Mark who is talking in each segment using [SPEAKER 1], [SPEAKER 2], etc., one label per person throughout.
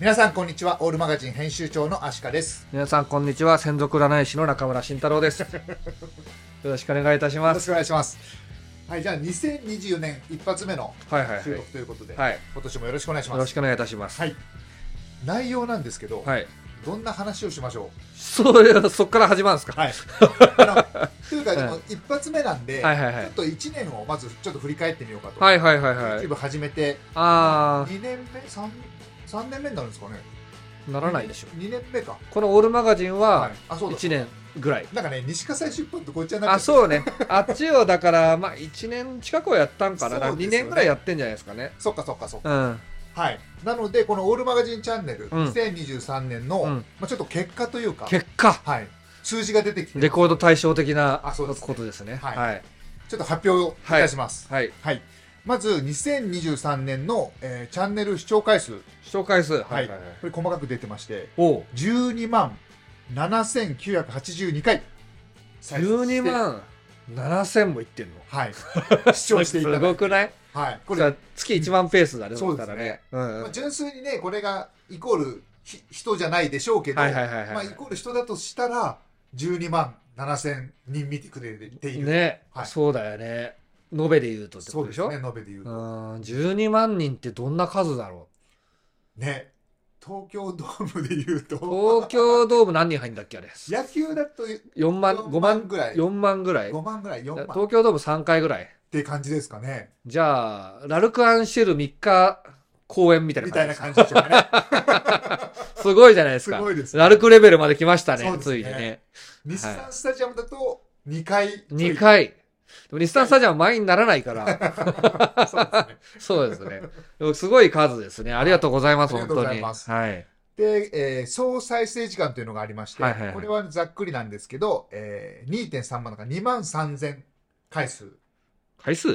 [SPEAKER 1] 皆さんこんにちはオールマガジン編集長のアシカです
[SPEAKER 2] 皆さんこんにちは専属占い師の中村慎太郎です よろしくお願いいたし
[SPEAKER 1] よ
[SPEAKER 2] ま
[SPEAKER 1] ろ
[SPEAKER 2] す
[SPEAKER 1] しくお願いしますはいじゃあ2024年一発目の
[SPEAKER 2] はいはいはい
[SPEAKER 1] 収録ということで、
[SPEAKER 2] はい
[SPEAKER 1] 今年もよろしくお願いし
[SPEAKER 2] よ
[SPEAKER 1] ま
[SPEAKER 2] ろ
[SPEAKER 1] す
[SPEAKER 2] しくお願いいたします
[SPEAKER 1] はい内容なんですけど、
[SPEAKER 2] はい
[SPEAKER 1] どんな話をしましょ
[SPEAKER 2] それそっから始まるんです
[SPEAKER 1] う
[SPEAKER 2] か
[SPEAKER 1] はいあのというかで
[SPEAKER 2] は
[SPEAKER 1] も一発目なんで、
[SPEAKER 2] はいはいは
[SPEAKER 1] ちょ
[SPEAKER 2] い
[SPEAKER 1] っと1年をまずちょっと振り返ってみようかと、
[SPEAKER 2] はいはいはいはい
[SPEAKER 1] YouTube 始めて
[SPEAKER 2] あ
[SPEAKER 1] 2年目 3, 3年目になるんですかね
[SPEAKER 2] あならないでしょ
[SPEAKER 1] 2年目か
[SPEAKER 2] このオールマガジンは
[SPEAKER 1] はいあそうだ
[SPEAKER 2] 1年ぐらい
[SPEAKER 1] なんかね西葛西出版とこっちはな
[SPEAKER 2] あ
[SPEAKER 1] くて
[SPEAKER 2] そう ねあっちをだからまあ1年近くはやったんか
[SPEAKER 1] そ
[SPEAKER 2] な
[SPEAKER 1] うですよね
[SPEAKER 2] 2年ぐらいやってんじゃないですかね
[SPEAKER 1] そっかそっかそっか
[SPEAKER 2] うん
[SPEAKER 1] はいなのでこの「オールマガジンチャンネル」
[SPEAKER 2] うん
[SPEAKER 1] 2023年の、
[SPEAKER 2] うん
[SPEAKER 1] まあ、ちょっと結果というか
[SPEAKER 2] 結果
[SPEAKER 1] はい、数字が出てきて
[SPEAKER 2] レコード対照的な
[SPEAKER 1] あそうですね
[SPEAKER 2] ことですね
[SPEAKER 1] はい
[SPEAKER 2] はい
[SPEAKER 1] ちょっと発表をいたします
[SPEAKER 2] はい
[SPEAKER 1] はい、まず2023年の、えーチャンネル視聴回数、
[SPEAKER 2] 視聴回数
[SPEAKER 1] はいこれ細かく出てまして
[SPEAKER 2] おう
[SPEAKER 1] 12万7982回再生して
[SPEAKER 2] 12万7000もいってんの
[SPEAKER 1] はい、 視聴していた
[SPEAKER 2] す
[SPEAKER 1] だい
[SPEAKER 2] ご
[SPEAKER 1] て、
[SPEAKER 2] くない
[SPEAKER 1] はい、こ
[SPEAKER 2] こ
[SPEAKER 1] れ
[SPEAKER 2] れ月1万ペースだね
[SPEAKER 1] そう
[SPEAKER 2] だ
[SPEAKER 1] で
[SPEAKER 2] っ
[SPEAKER 1] す
[SPEAKER 2] た
[SPEAKER 1] ね
[SPEAKER 2] らねう
[SPEAKER 1] ま
[SPEAKER 2] んう
[SPEAKER 1] あ、
[SPEAKER 2] ん
[SPEAKER 1] 純粋にね、これがイコールひ人じゃないでしょうけど、
[SPEAKER 2] はいはいはいはい
[SPEAKER 1] まあ、イコール人だとしたら、12万7000人見てくれている。
[SPEAKER 2] ね
[SPEAKER 1] はい
[SPEAKER 2] そうだよね延べで言うとってこ
[SPEAKER 1] そう
[SPEAKER 2] と
[SPEAKER 1] で
[SPEAKER 2] ですしょ
[SPEAKER 1] ね、延べで言う
[SPEAKER 2] う
[SPEAKER 1] と。
[SPEAKER 2] ん12万人ってどんな数だろ
[SPEAKER 1] ね、東京ドームで言う
[SPEAKER 2] う
[SPEAKER 1] と、
[SPEAKER 2] 東京ドーム何人入んだっけあれ
[SPEAKER 1] 野球だと
[SPEAKER 2] 4万
[SPEAKER 1] 4
[SPEAKER 2] 5万
[SPEAKER 1] ぐらい
[SPEAKER 2] 4万ぐらい
[SPEAKER 1] 5万ぐらい、4万っ
[SPEAKER 2] 東京ドーム3回ぐらい
[SPEAKER 1] て感じですかね。
[SPEAKER 2] じゃあラルク・アンシェル3日公演みたいな
[SPEAKER 1] みたい
[SPEAKER 2] 感じ
[SPEAKER 1] な感じでしょう かね。
[SPEAKER 2] すごいじゃないです
[SPEAKER 1] す
[SPEAKER 2] か
[SPEAKER 1] ごいです。
[SPEAKER 2] ラルクレベルまで来ました
[SPEAKER 1] そう
[SPEAKER 2] ね
[SPEAKER 1] です
[SPEAKER 2] つ
[SPEAKER 1] ね
[SPEAKER 2] いにね
[SPEAKER 1] 日産スタジアムだと2回。
[SPEAKER 2] 2。回でも日産スタジアムは満員にならないから
[SPEAKER 1] そうですね。
[SPEAKER 2] そうですね。でもすごい数ですね。ありがとうございます、
[SPEAKER 1] はい
[SPEAKER 2] 本当に。
[SPEAKER 1] ありがとうございます
[SPEAKER 2] はい。
[SPEAKER 1] で、えー総再生時間というのがありまして、
[SPEAKER 2] はいはいはい
[SPEAKER 1] これはざっくりなんですけど、えー、2.3万だから2万3000回数。
[SPEAKER 2] 回数
[SPEAKER 1] 違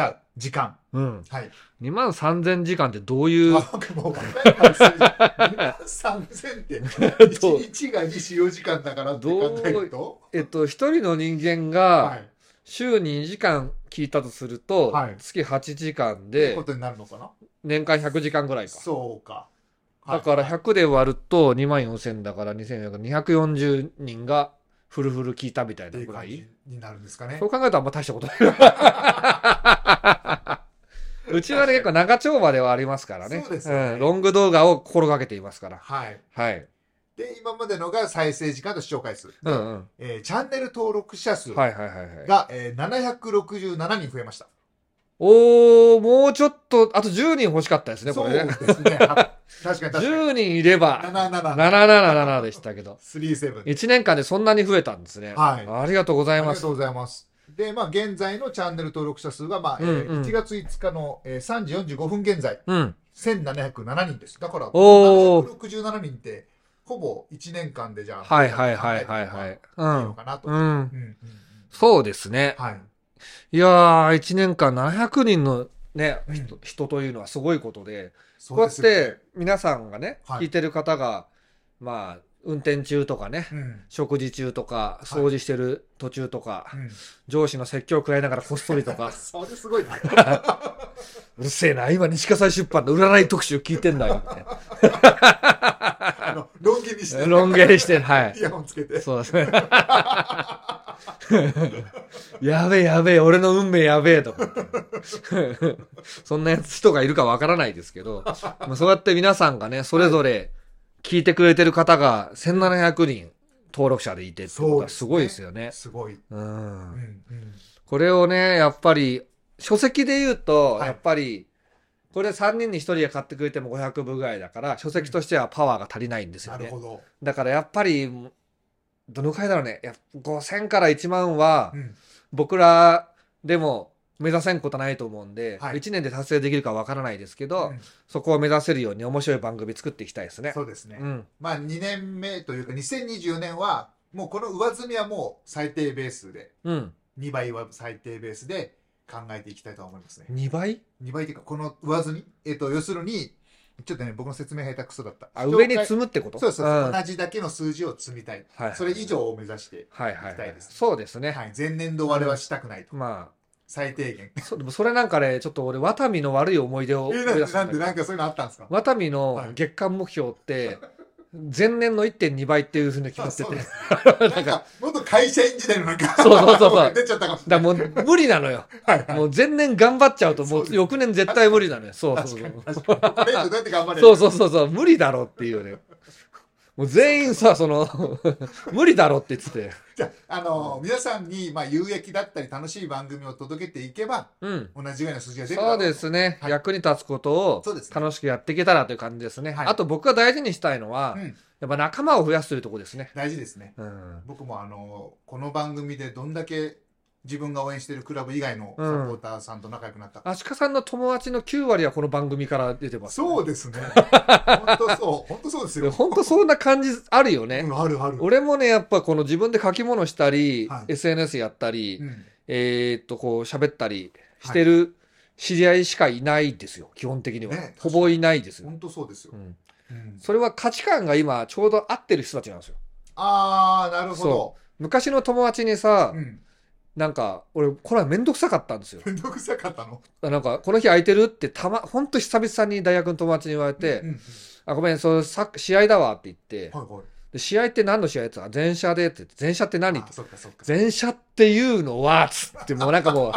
[SPEAKER 1] う。時間。
[SPEAKER 2] うん。
[SPEAKER 1] はい。
[SPEAKER 2] 2万3000時間ってどういう、
[SPEAKER 1] あ、僕もう分かんない数字。2万3000って、
[SPEAKER 2] どう
[SPEAKER 1] 1日が24時間だからって考えると、
[SPEAKER 2] えっと、一人の人間
[SPEAKER 1] は
[SPEAKER 2] が
[SPEAKER 1] い。
[SPEAKER 2] 週に2時間聞いたとすると、
[SPEAKER 1] はい
[SPEAKER 2] 月8時間
[SPEAKER 1] って
[SPEAKER 2] で
[SPEAKER 1] こ、とになるのかな
[SPEAKER 2] 年間100時間ぐらいか。
[SPEAKER 1] そうか。はい
[SPEAKER 2] だから100で割ると2万4000だから2440人がフルフル聞いたみたい
[SPEAKER 1] って
[SPEAKER 2] ないぐ
[SPEAKER 1] う
[SPEAKER 2] ら
[SPEAKER 1] 感
[SPEAKER 2] い
[SPEAKER 1] じ。になるんですかね
[SPEAKER 2] そう。考えるとあんま大した ことない。うちはね結構長丁場ではありますからね。
[SPEAKER 1] そうですよね
[SPEAKER 2] ん。ロング動画を心がけていますから。
[SPEAKER 1] はい。
[SPEAKER 2] はい。
[SPEAKER 1] で、今までのが再生時間と視聴回数。
[SPEAKER 2] うんうん。
[SPEAKER 1] えーチャンネル登録者数が、
[SPEAKER 2] はいはいはいはい。
[SPEAKER 1] えー767人増えました。
[SPEAKER 2] おー、もうちょっと、あと10人欲しかったですね、こ
[SPEAKER 1] そう
[SPEAKER 2] れね。
[SPEAKER 1] ですね。は確かに確かに。
[SPEAKER 2] 10人いれば、
[SPEAKER 1] 77、
[SPEAKER 2] 777でしたけど。
[SPEAKER 1] 37。
[SPEAKER 2] 1年間でそんなに増えたんですね。
[SPEAKER 1] はい
[SPEAKER 2] ありがとうござ
[SPEAKER 1] あ
[SPEAKER 2] い
[SPEAKER 1] り
[SPEAKER 2] ま
[SPEAKER 1] が
[SPEAKER 2] す
[SPEAKER 1] と。うございます。で、まあ、現在のチャンネル登録者数が、まあ、えー
[SPEAKER 2] うんうん
[SPEAKER 1] 1月5日の、えー3時45分現在、
[SPEAKER 2] うん。
[SPEAKER 1] 1707人です。だから、
[SPEAKER 2] おー
[SPEAKER 1] 67人って、ほぼ1年間でじゃあ、
[SPEAKER 2] はいはいはいはいは
[SPEAKER 1] い
[SPEAKER 2] い。う
[SPEAKER 1] いの
[SPEAKER 2] ん。
[SPEAKER 1] かなと。
[SPEAKER 2] う
[SPEAKER 1] うん
[SPEAKER 2] ん。
[SPEAKER 1] うんうん
[SPEAKER 2] そうですね。
[SPEAKER 1] はい。
[SPEAKER 2] いやー、1年間700人のね、
[SPEAKER 1] うん
[SPEAKER 2] 人人というのはすごいことで、
[SPEAKER 1] そ
[SPEAKER 2] こうやっ
[SPEAKER 1] ですよね
[SPEAKER 2] て、皆さんがね、
[SPEAKER 1] はい
[SPEAKER 2] 聞いてる方が、まあ、運転中とかね、
[SPEAKER 1] うん。
[SPEAKER 2] 食事中とか、
[SPEAKER 1] い
[SPEAKER 2] 掃除してる途中とか、
[SPEAKER 1] うん、
[SPEAKER 2] 上司の説教を食らいながらこっそりとか
[SPEAKER 1] それすごいね。
[SPEAKER 2] うるせえな、今西葛西出版の占い特集聞いてんだよ、みたい
[SPEAKER 1] あの、ロン毛に して、
[SPEAKER 2] な。ロン毛でして、はい
[SPEAKER 1] イ。ヤホンつけて。
[SPEAKER 2] そうですね。やべえやべえ、俺の運命やべえとか言って。そんなやつ人がいるかわからないですけど、まあ、そうやって皆さんがね、それぞれ聞いてくれてる方が1700人登録者でいてってことはすごいですよね。
[SPEAKER 1] すごい。
[SPEAKER 2] う。
[SPEAKER 1] うんん。うん
[SPEAKER 2] これをね、やっぱり、書籍で言うと、
[SPEAKER 1] はい
[SPEAKER 2] やっぱり、これ3人に1人が買ってくれても500部ぐらいだから、書籍としてはパワーが足りないんですよ
[SPEAKER 1] な
[SPEAKER 2] ね。
[SPEAKER 1] るほど。
[SPEAKER 2] だからやっぱり、どのくらいだろうね。やっぱ5000から1万は
[SPEAKER 1] う、ん。
[SPEAKER 2] 僕らでも目指せんことないと思うんで、
[SPEAKER 1] はい
[SPEAKER 2] 1年で達成できるかわからないですけ
[SPEAKER 1] う
[SPEAKER 2] ど、
[SPEAKER 1] ん
[SPEAKER 2] そこを目指せるように面白い番組作っていきたいですね。
[SPEAKER 1] そうですね
[SPEAKER 2] う。ん。
[SPEAKER 1] まあ、2年目というか、2024年は、もうこの上積みはもう最低ベースで、
[SPEAKER 2] うん。
[SPEAKER 1] 2倍は最低ベースで考えていきたいと思いますね。
[SPEAKER 2] 2倍
[SPEAKER 1] 2倍っていうか、この上積み、えっと、要するに、ちょっとね、僕の説明下手くそだった。
[SPEAKER 2] あ、上に
[SPEAKER 1] そう
[SPEAKER 2] 積むってこと
[SPEAKER 1] そうそ
[SPEAKER 2] ん
[SPEAKER 1] う。同じだけの数字を積みたい。
[SPEAKER 2] はい
[SPEAKER 1] それ以。上を目指して、
[SPEAKER 2] はいはい
[SPEAKER 1] 行き
[SPEAKER 2] は
[SPEAKER 1] たい
[SPEAKER 2] い
[SPEAKER 1] で。す
[SPEAKER 2] そうですね。
[SPEAKER 1] はい。前年度割れはしたくないと。
[SPEAKER 2] まあ、
[SPEAKER 1] 最低限。
[SPEAKER 2] そうでもそれなんかね、ちょっと俺、ワタミの悪い思い出を思
[SPEAKER 1] え、
[SPEAKER 2] い
[SPEAKER 1] な
[SPEAKER 2] 出した
[SPEAKER 1] なんんで、
[SPEAKER 2] だけど
[SPEAKER 1] なんかそういうのあったんですか
[SPEAKER 2] ワタミ
[SPEAKER 1] は
[SPEAKER 2] の
[SPEAKER 1] い
[SPEAKER 2] 月間目標って、前年の1.2倍っていうふうに決ま
[SPEAKER 1] あ
[SPEAKER 2] って
[SPEAKER 1] そうで
[SPEAKER 2] て。だか
[SPEAKER 1] すなんか、元会社員時代のなんか、
[SPEAKER 2] そうそうそうそ う
[SPEAKER 1] 出ちゃったかもしれ
[SPEAKER 2] らもう無理なのよ。
[SPEAKER 1] ない。 はいはい
[SPEAKER 2] もう前年頑張っちゃうと、
[SPEAKER 1] そ
[SPEAKER 2] も
[SPEAKER 1] う
[SPEAKER 2] う
[SPEAKER 1] です
[SPEAKER 2] 翌年絶対無理なのよ。そう
[SPEAKER 1] 確
[SPEAKER 2] そうそ
[SPEAKER 1] かに
[SPEAKER 2] う。
[SPEAKER 1] 確かに。えどうやって頑張れる
[SPEAKER 2] そうそうそうそう、無理だろっていうね。もう全員さ、その、 無理だろって言ってて。
[SPEAKER 1] じゃあ、あの皆さんに、まあ、有益だったり楽しい番組を届けていけば、
[SPEAKER 2] うん。
[SPEAKER 1] 同じぐらいの数字が出るだろ
[SPEAKER 2] そうですね、
[SPEAKER 1] はい
[SPEAKER 2] 役に立つことを
[SPEAKER 1] そうですね
[SPEAKER 2] 楽しくやっていけたらという感じですね。
[SPEAKER 1] はい
[SPEAKER 2] あと僕が大事にしたいのは、
[SPEAKER 1] うん
[SPEAKER 2] やっぱ仲間を増やすというところですね。
[SPEAKER 1] 大事ですね。
[SPEAKER 2] うん。
[SPEAKER 1] 僕も、あのこの番組でどんだけ自分が応援してるクラブ以外のサポーターさんと仲良くなったか。
[SPEAKER 2] アシカさんの友達の9割はこの番組から出てます、
[SPEAKER 1] そうですね。本当 そう。本当そうです
[SPEAKER 2] で
[SPEAKER 1] よ。
[SPEAKER 2] ほんとそんな感じあるよね。
[SPEAKER 1] うんあるある。
[SPEAKER 2] 俺もね、やっぱこの自分で書き物したり、
[SPEAKER 1] はい
[SPEAKER 2] SNS やったり、
[SPEAKER 1] うん
[SPEAKER 2] えーっと、こう喋ったりしてる知り合いしかいないですよ、基本的には。
[SPEAKER 1] ね
[SPEAKER 2] ほぼいないですよ、
[SPEAKER 1] 本当そうですよ
[SPEAKER 2] う。ん。
[SPEAKER 1] うん
[SPEAKER 2] それは価値観が今ちょうど合ってる人たちなんですよ。
[SPEAKER 1] ああ、なるほど
[SPEAKER 2] そ。昔の友達にさ、
[SPEAKER 1] うん
[SPEAKER 2] なんか、俺、これはめんどくさかったんですよ。
[SPEAKER 1] めんどくさかったの
[SPEAKER 2] なんか、この日空いてるってたま、ほんと久々に大学の友達に言われて、
[SPEAKER 1] うんうん
[SPEAKER 2] あ、ごめん、そのさ試合だわって言って、
[SPEAKER 1] はいはい。
[SPEAKER 2] で試合って何の試合やつ前者でって言って、前者って何って
[SPEAKER 1] あ、そっかそっか。
[SPEAKER 2] 前者っていうのは、つって、もうなんかもう、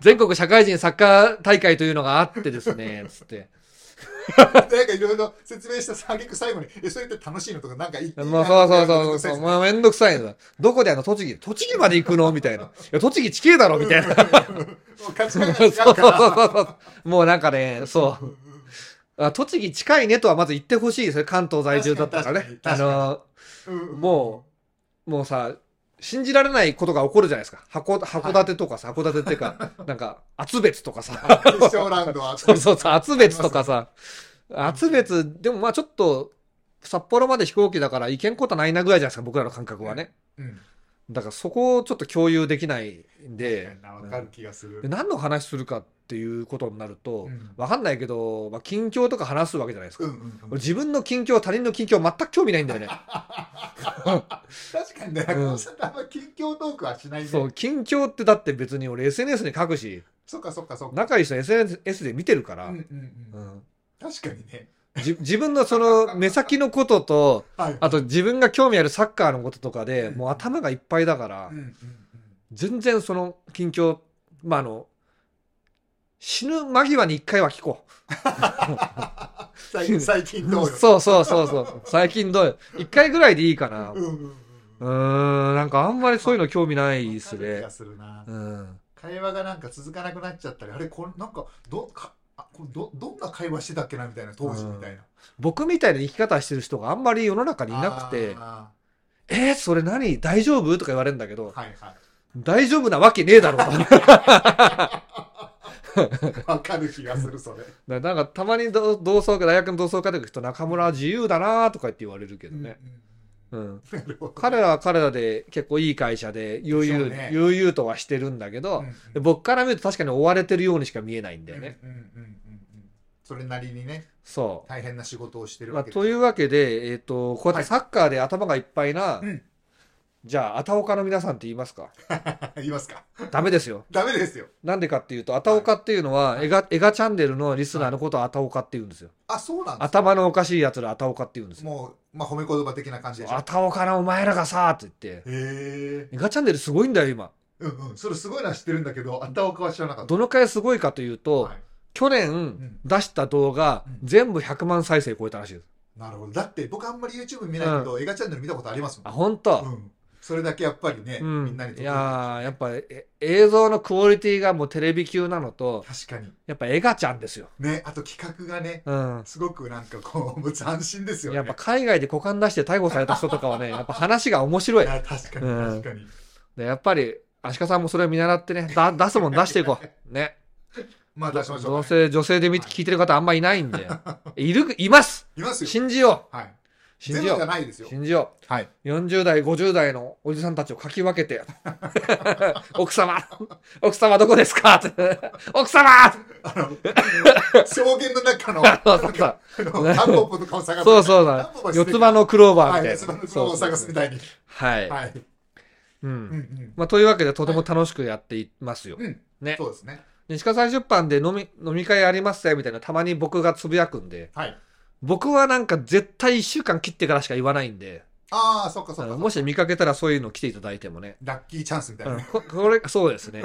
[SPEAKER 2] 全国社会人サッカー大会というのがあってですね、つって。
[SPEAKER 1] なんかいろいろ説明した挙句最後に、え、それって楽しいのとか、なんか言っていい
[SPEAKER 2] も
[SPEAKER 1] な
[SPEAKER 2] うそうそう
[SPEAKER 1] みたいな
[SPEAKER 2] そ
[SPEAKER 1] こ
[SPEAKER 2] う
[SPEAKER 1] とで
[SPEAKER 2] そう、
[SPEAKER 1] すね
[SPEAKER 2] もうめんどくさいの。どこであの、栃木、栃木まで行くのみたいな。いや、栃木地形だろみたいな。
[SPEAKER 1] もう価値観が
[SPEAKER 2] そ
[SPEAKER 1] 違
[SPEAKER 2] うそう
[SPEAKER 1] か
[SPEAKER 2] うそう
[SPEAKER 1] ら。
[SPEAKER 2] そう。もうなんかね、そう。あ栃木近いねとはまず言ってほしい。それ関東在住だったからね
[SPEAKER 1] 確。か
[SPEAKER 2] あ
[SPEAKER 1] に確かに
[SPEAKER 2] の、
[SPEAKER 1] うん
[SPEAKER 2] もう、もうさ、信じられないことが起こるじゃないですか。箱函館とかさ、函館っていうか、なんか、厚別とかさ。
[SPEAKER 1] 決勝ラウンドは。
[SPEAKER 2] そうそうそう、厚別とかさ。厚別、でもまあちょっと、札幌まで飛行機だから行けんことはないなぐらいじゃないですか、僕らの感覚はね。
[SPEAKER 1] うん。
[SPEAKER 2] だからそこをちょっと共有できないんで、
[SPEAKER 1] わかる気がする
[SPEAKER 2] で。何の話するかっていうことになると、
[SPEAKER 1] うん
[SPEAKER 2] わかんないけど、まあ、近況とか話すわけじゃないですか。
[SPEAKER 1] うんうんう
[SPEAKER 2] 俺
[SPEAKER 1] ん
[SPEAKER 2] 自分の近況、他人の近況全く興味ないんだよね。
[SPEAKER 1] 確かにね、中野さんってあんま近況トークはしないね。
[SPEAKER 2] そう、近況ってだって別に俺 SNS に書くし、
[SPEAKER 1] そっかそっかそっか。
[SPEAKER 2] 仲いい人 SNS で見てるから、
[SPEAKER 1] うんうん
[SPEAKER 2] う
[SPEAKER 1] うん
[SPEAKER 2] ん
[SPEAKER 1] 確かにね。
[SPEAKER 2] じ自分のその目先のことと、
[SPEAKER 1] はい。
[SPEAKER 2] あと自分が興味あるサッカーのこととかで
[SPEAKER 1] うん
[SPEAKER 2] もう頭がいっぱいだから
[SPEAKER 1] うん、うん
[SPEAKER 2] 全然その近況、まああの、死ぬ間際に一回は聞こう。
[SPEAKER 1] うん。最近どうよ。
[SPEAKER 2] そうそうそうそう。最近どうよ。一回ぐらいでいいかな。
[SPEAKER 1] うんうん
[SPEAKER 2] うーん、なんかあんまりそういうの興味な
[SPEAKER 1] うん。
[SPEAKER 2] いです
[SPEAKER 1] わかる気
[SPEAKER 2] ね
[SPEAKER 1] が。するな。
[SPEAKER 2] うん。
[SPEAKER 1] 会話がなんか続かなくなっちゃったり、あれ、これなんか、ど、か、あこれど、どんな会話してたっけなみたいな、当時みたいな。
[SPEAKER 2] 僕みたいな生き方してる人があんまり世の中にいなくて、
[SPEAKER 1] あ
[SPEAKER 2] えー、それ何大丈夫とか言われるんだけど
[SPEAKER 1] ー、はいは
[SPEAKER 2] 大丈夫なわけねえだろうと。
[SPEAKER 1] い。わかる気がする、それ。
[SPEAKER 2] なんかたまに同同窓会、大学の同窓会とか行くと中村は自由だなとか言って言われるけどね。うん。
[SPEAKER 1] うん。なるほど。
[SPEAKER 2] 彼らは彼らで結構いい会社で悠
[SPEAKER 1] そう
[SPEAKER 2] 々、
[SPEAKER 1] ね
[SPEAKER 2] 悠々とはしてるんだけど、で
[SPEAKER 1] っ
[SPEAKER 2] 僕から見ると確かに追われてるようにしか見えないんだよね。。
[SPEAKER 1] うんうんうんうんうんそれなりにね、
[SPEAKER 2] そう。
[SPEAKER 1] 大変な仕事をしてる
[SPEAKER 2] ま
[SPEAKER 1] わ
[SPEAKER 2] あ、
[SPEAKER 1] け
[SPEAKER 2] というわけで、えっとこうやってサッカーで頭がいっぱいな、
[SPEAKER 1] うん
[SPEAKER 2] じゃあアタオカの皆さんって言いま すか
[SPEAKER 1] 言いますか。
[SPEAKER 2] ダメですよ
[SPEAKER 1] ダメですよ。
[SPEAKER 2] なんでかっていうとアタオカっていうのは、エガエガチャンネルのリスナーのことをアタオカって言うんですよ、
[SPEAKER 1] あ、そうなんですか。
[SPEAKER 2] 頭のおかしいやつらアタオカって言うんですよ
[SPEAKER 1] もう、まあ、褒め言葉的な感じでしょ。
[SPEAKER 2] ア
[SPEAKER 1] へ
[SPEAKER 2] タオカなお前らがさーって言って
[SPEAKER 1] え。
[SPEAKER 2] エガチャンネルすごいんだよ今
[SPEAKER 1] うんうん。それすごいのは知ってるんだけど、あんたおかは知らなかった。
[SPEAKER 2] どのくらいすごいかというと、
[SPEAKER 1] はい
[SPEAKER 2] 去年
[SPEAKER 1] ん
[SPEAKER 2] 出した動画、
[SPEAKER 1] うん
[SPEAKER 2] 全部100万再生超えたらしいです
[SPEAKER 1] なるほど。だって僕あんまり YouTube 見ないけど、映画チャンネル見たことありますもん
[SPEAKER 2] あ。本当、
[SPEAKER 1] うん、それだけやっぱりね、
[SPEAKER 2] うん
[SPEAKER 1] みんなにとっ
[SPEAKER 2] い
[SPEAKER 1] て
[SPEAKER 2] やーやっぱえ映像のクオリティがもうテレビ級なのと
[SPEAKER 1] 確かに
[SPEAKER 2] やっぱエガちゃんですよ
[SPEAKER 1] ねあと企画がね
[SPEAKER 2] うん。
[SPEAKER 1] すごくなんかこう 斬新ですよね
[SPEAKER 2] やっぱ海外で股間出して逮捕された人とか はね、やっぱ話が面白い
[SPEAKER 1] い。や確かに
[SPEAKER 2] う
[SPEAKER 1] 確
[SPEAKER 2] ん
[SPEAKER 1] かに、
[SPEAKER 2] でやっぱり、アシカさんもそれを見習ってね、だ出すもん出していこ う。ね。
[SPEAKER 1] まあ出しましょ
[SPEAKER 2] ど
[SPEAKER 1] う
[SPEAKER 2] う
[SPEAKER 1] かね、
[SPEAKER 2] せ女性で見て聞いてる方あんまいないんで。いる、います
[SPEAKER 1] いますよ
[SPEAKER 2] 信じよ
[SPEAKER 1] はい、
[SPEAKER 2] う
[SPEAKER 1] ゼ
[SPEAKER 2] 信
[SPEAKER 1] ロ
[SPEAKER 2] じ
[SPEAKER 1] じ
[SPEAKER 2] よ
[SPEAKER 1] ゃ
[SPEAKER 2] う
[SPEAKER 1] ないですよ
[SPEAKER 2] 信じよ
[SPEAKER 1] はいう
[SPEAKER 2] !40 代、50代のおじさんたちをかき分けて、 奥様奥様どこですか って奥様
[SPEAKER 1] あの草原の中の
[SPEAKER 2] そうそうそう
[SPEAKER 1] あ のタンポポとかを探す
[SPEAKER 2] そうそう
[SPEAKER 1] タンポポし
[SPEAKER 2] だ。
[SPEAKER 1] て
[SPEAKER 2] 四つ葉のクローバー
[SPEAKER 1] は
[SPEAKER 2] みた
[SPEAKER 1] い
[SPEAKER 2] いな。
[SPEAKER 1] 四つ葉のクローバーを探すみたいに
[SPEAKER 2] はい。
[SPEAKER 1] はい
[SPEAKER 2] うん。
[SPEAKER 1] うんうん。
[SPEAKER 2] まあ、というわけで、とても楽しくやっていますよ。
[SPEAKER 1] うん。
[SPEAKER 2] ね。
[SPEAKER 1] そうですね。
[SPEAKER 2] 西川再出版で飲み、飲み会ありますよ、みたいな、たまに僕がつぶやくんで、
[SPEAKER 1] はい。
[SPEAKER 2] 僕はなんか絶対1週間切ってからしか言わないんで、
[SPEAKER 1] ああ、そっかそっ
[SPEAKER 2] あ
[SPEAKER 1] か
[SPEAKER 2] の。もし見かけたらそういうの来ていただいてもね。
[SPEAKER 1] ラッキーチャンスみたいな
[SPEAKER 2] うん
[SPEAKER 1] ね。
[SPEAKER 2] ここれ、そうで すね。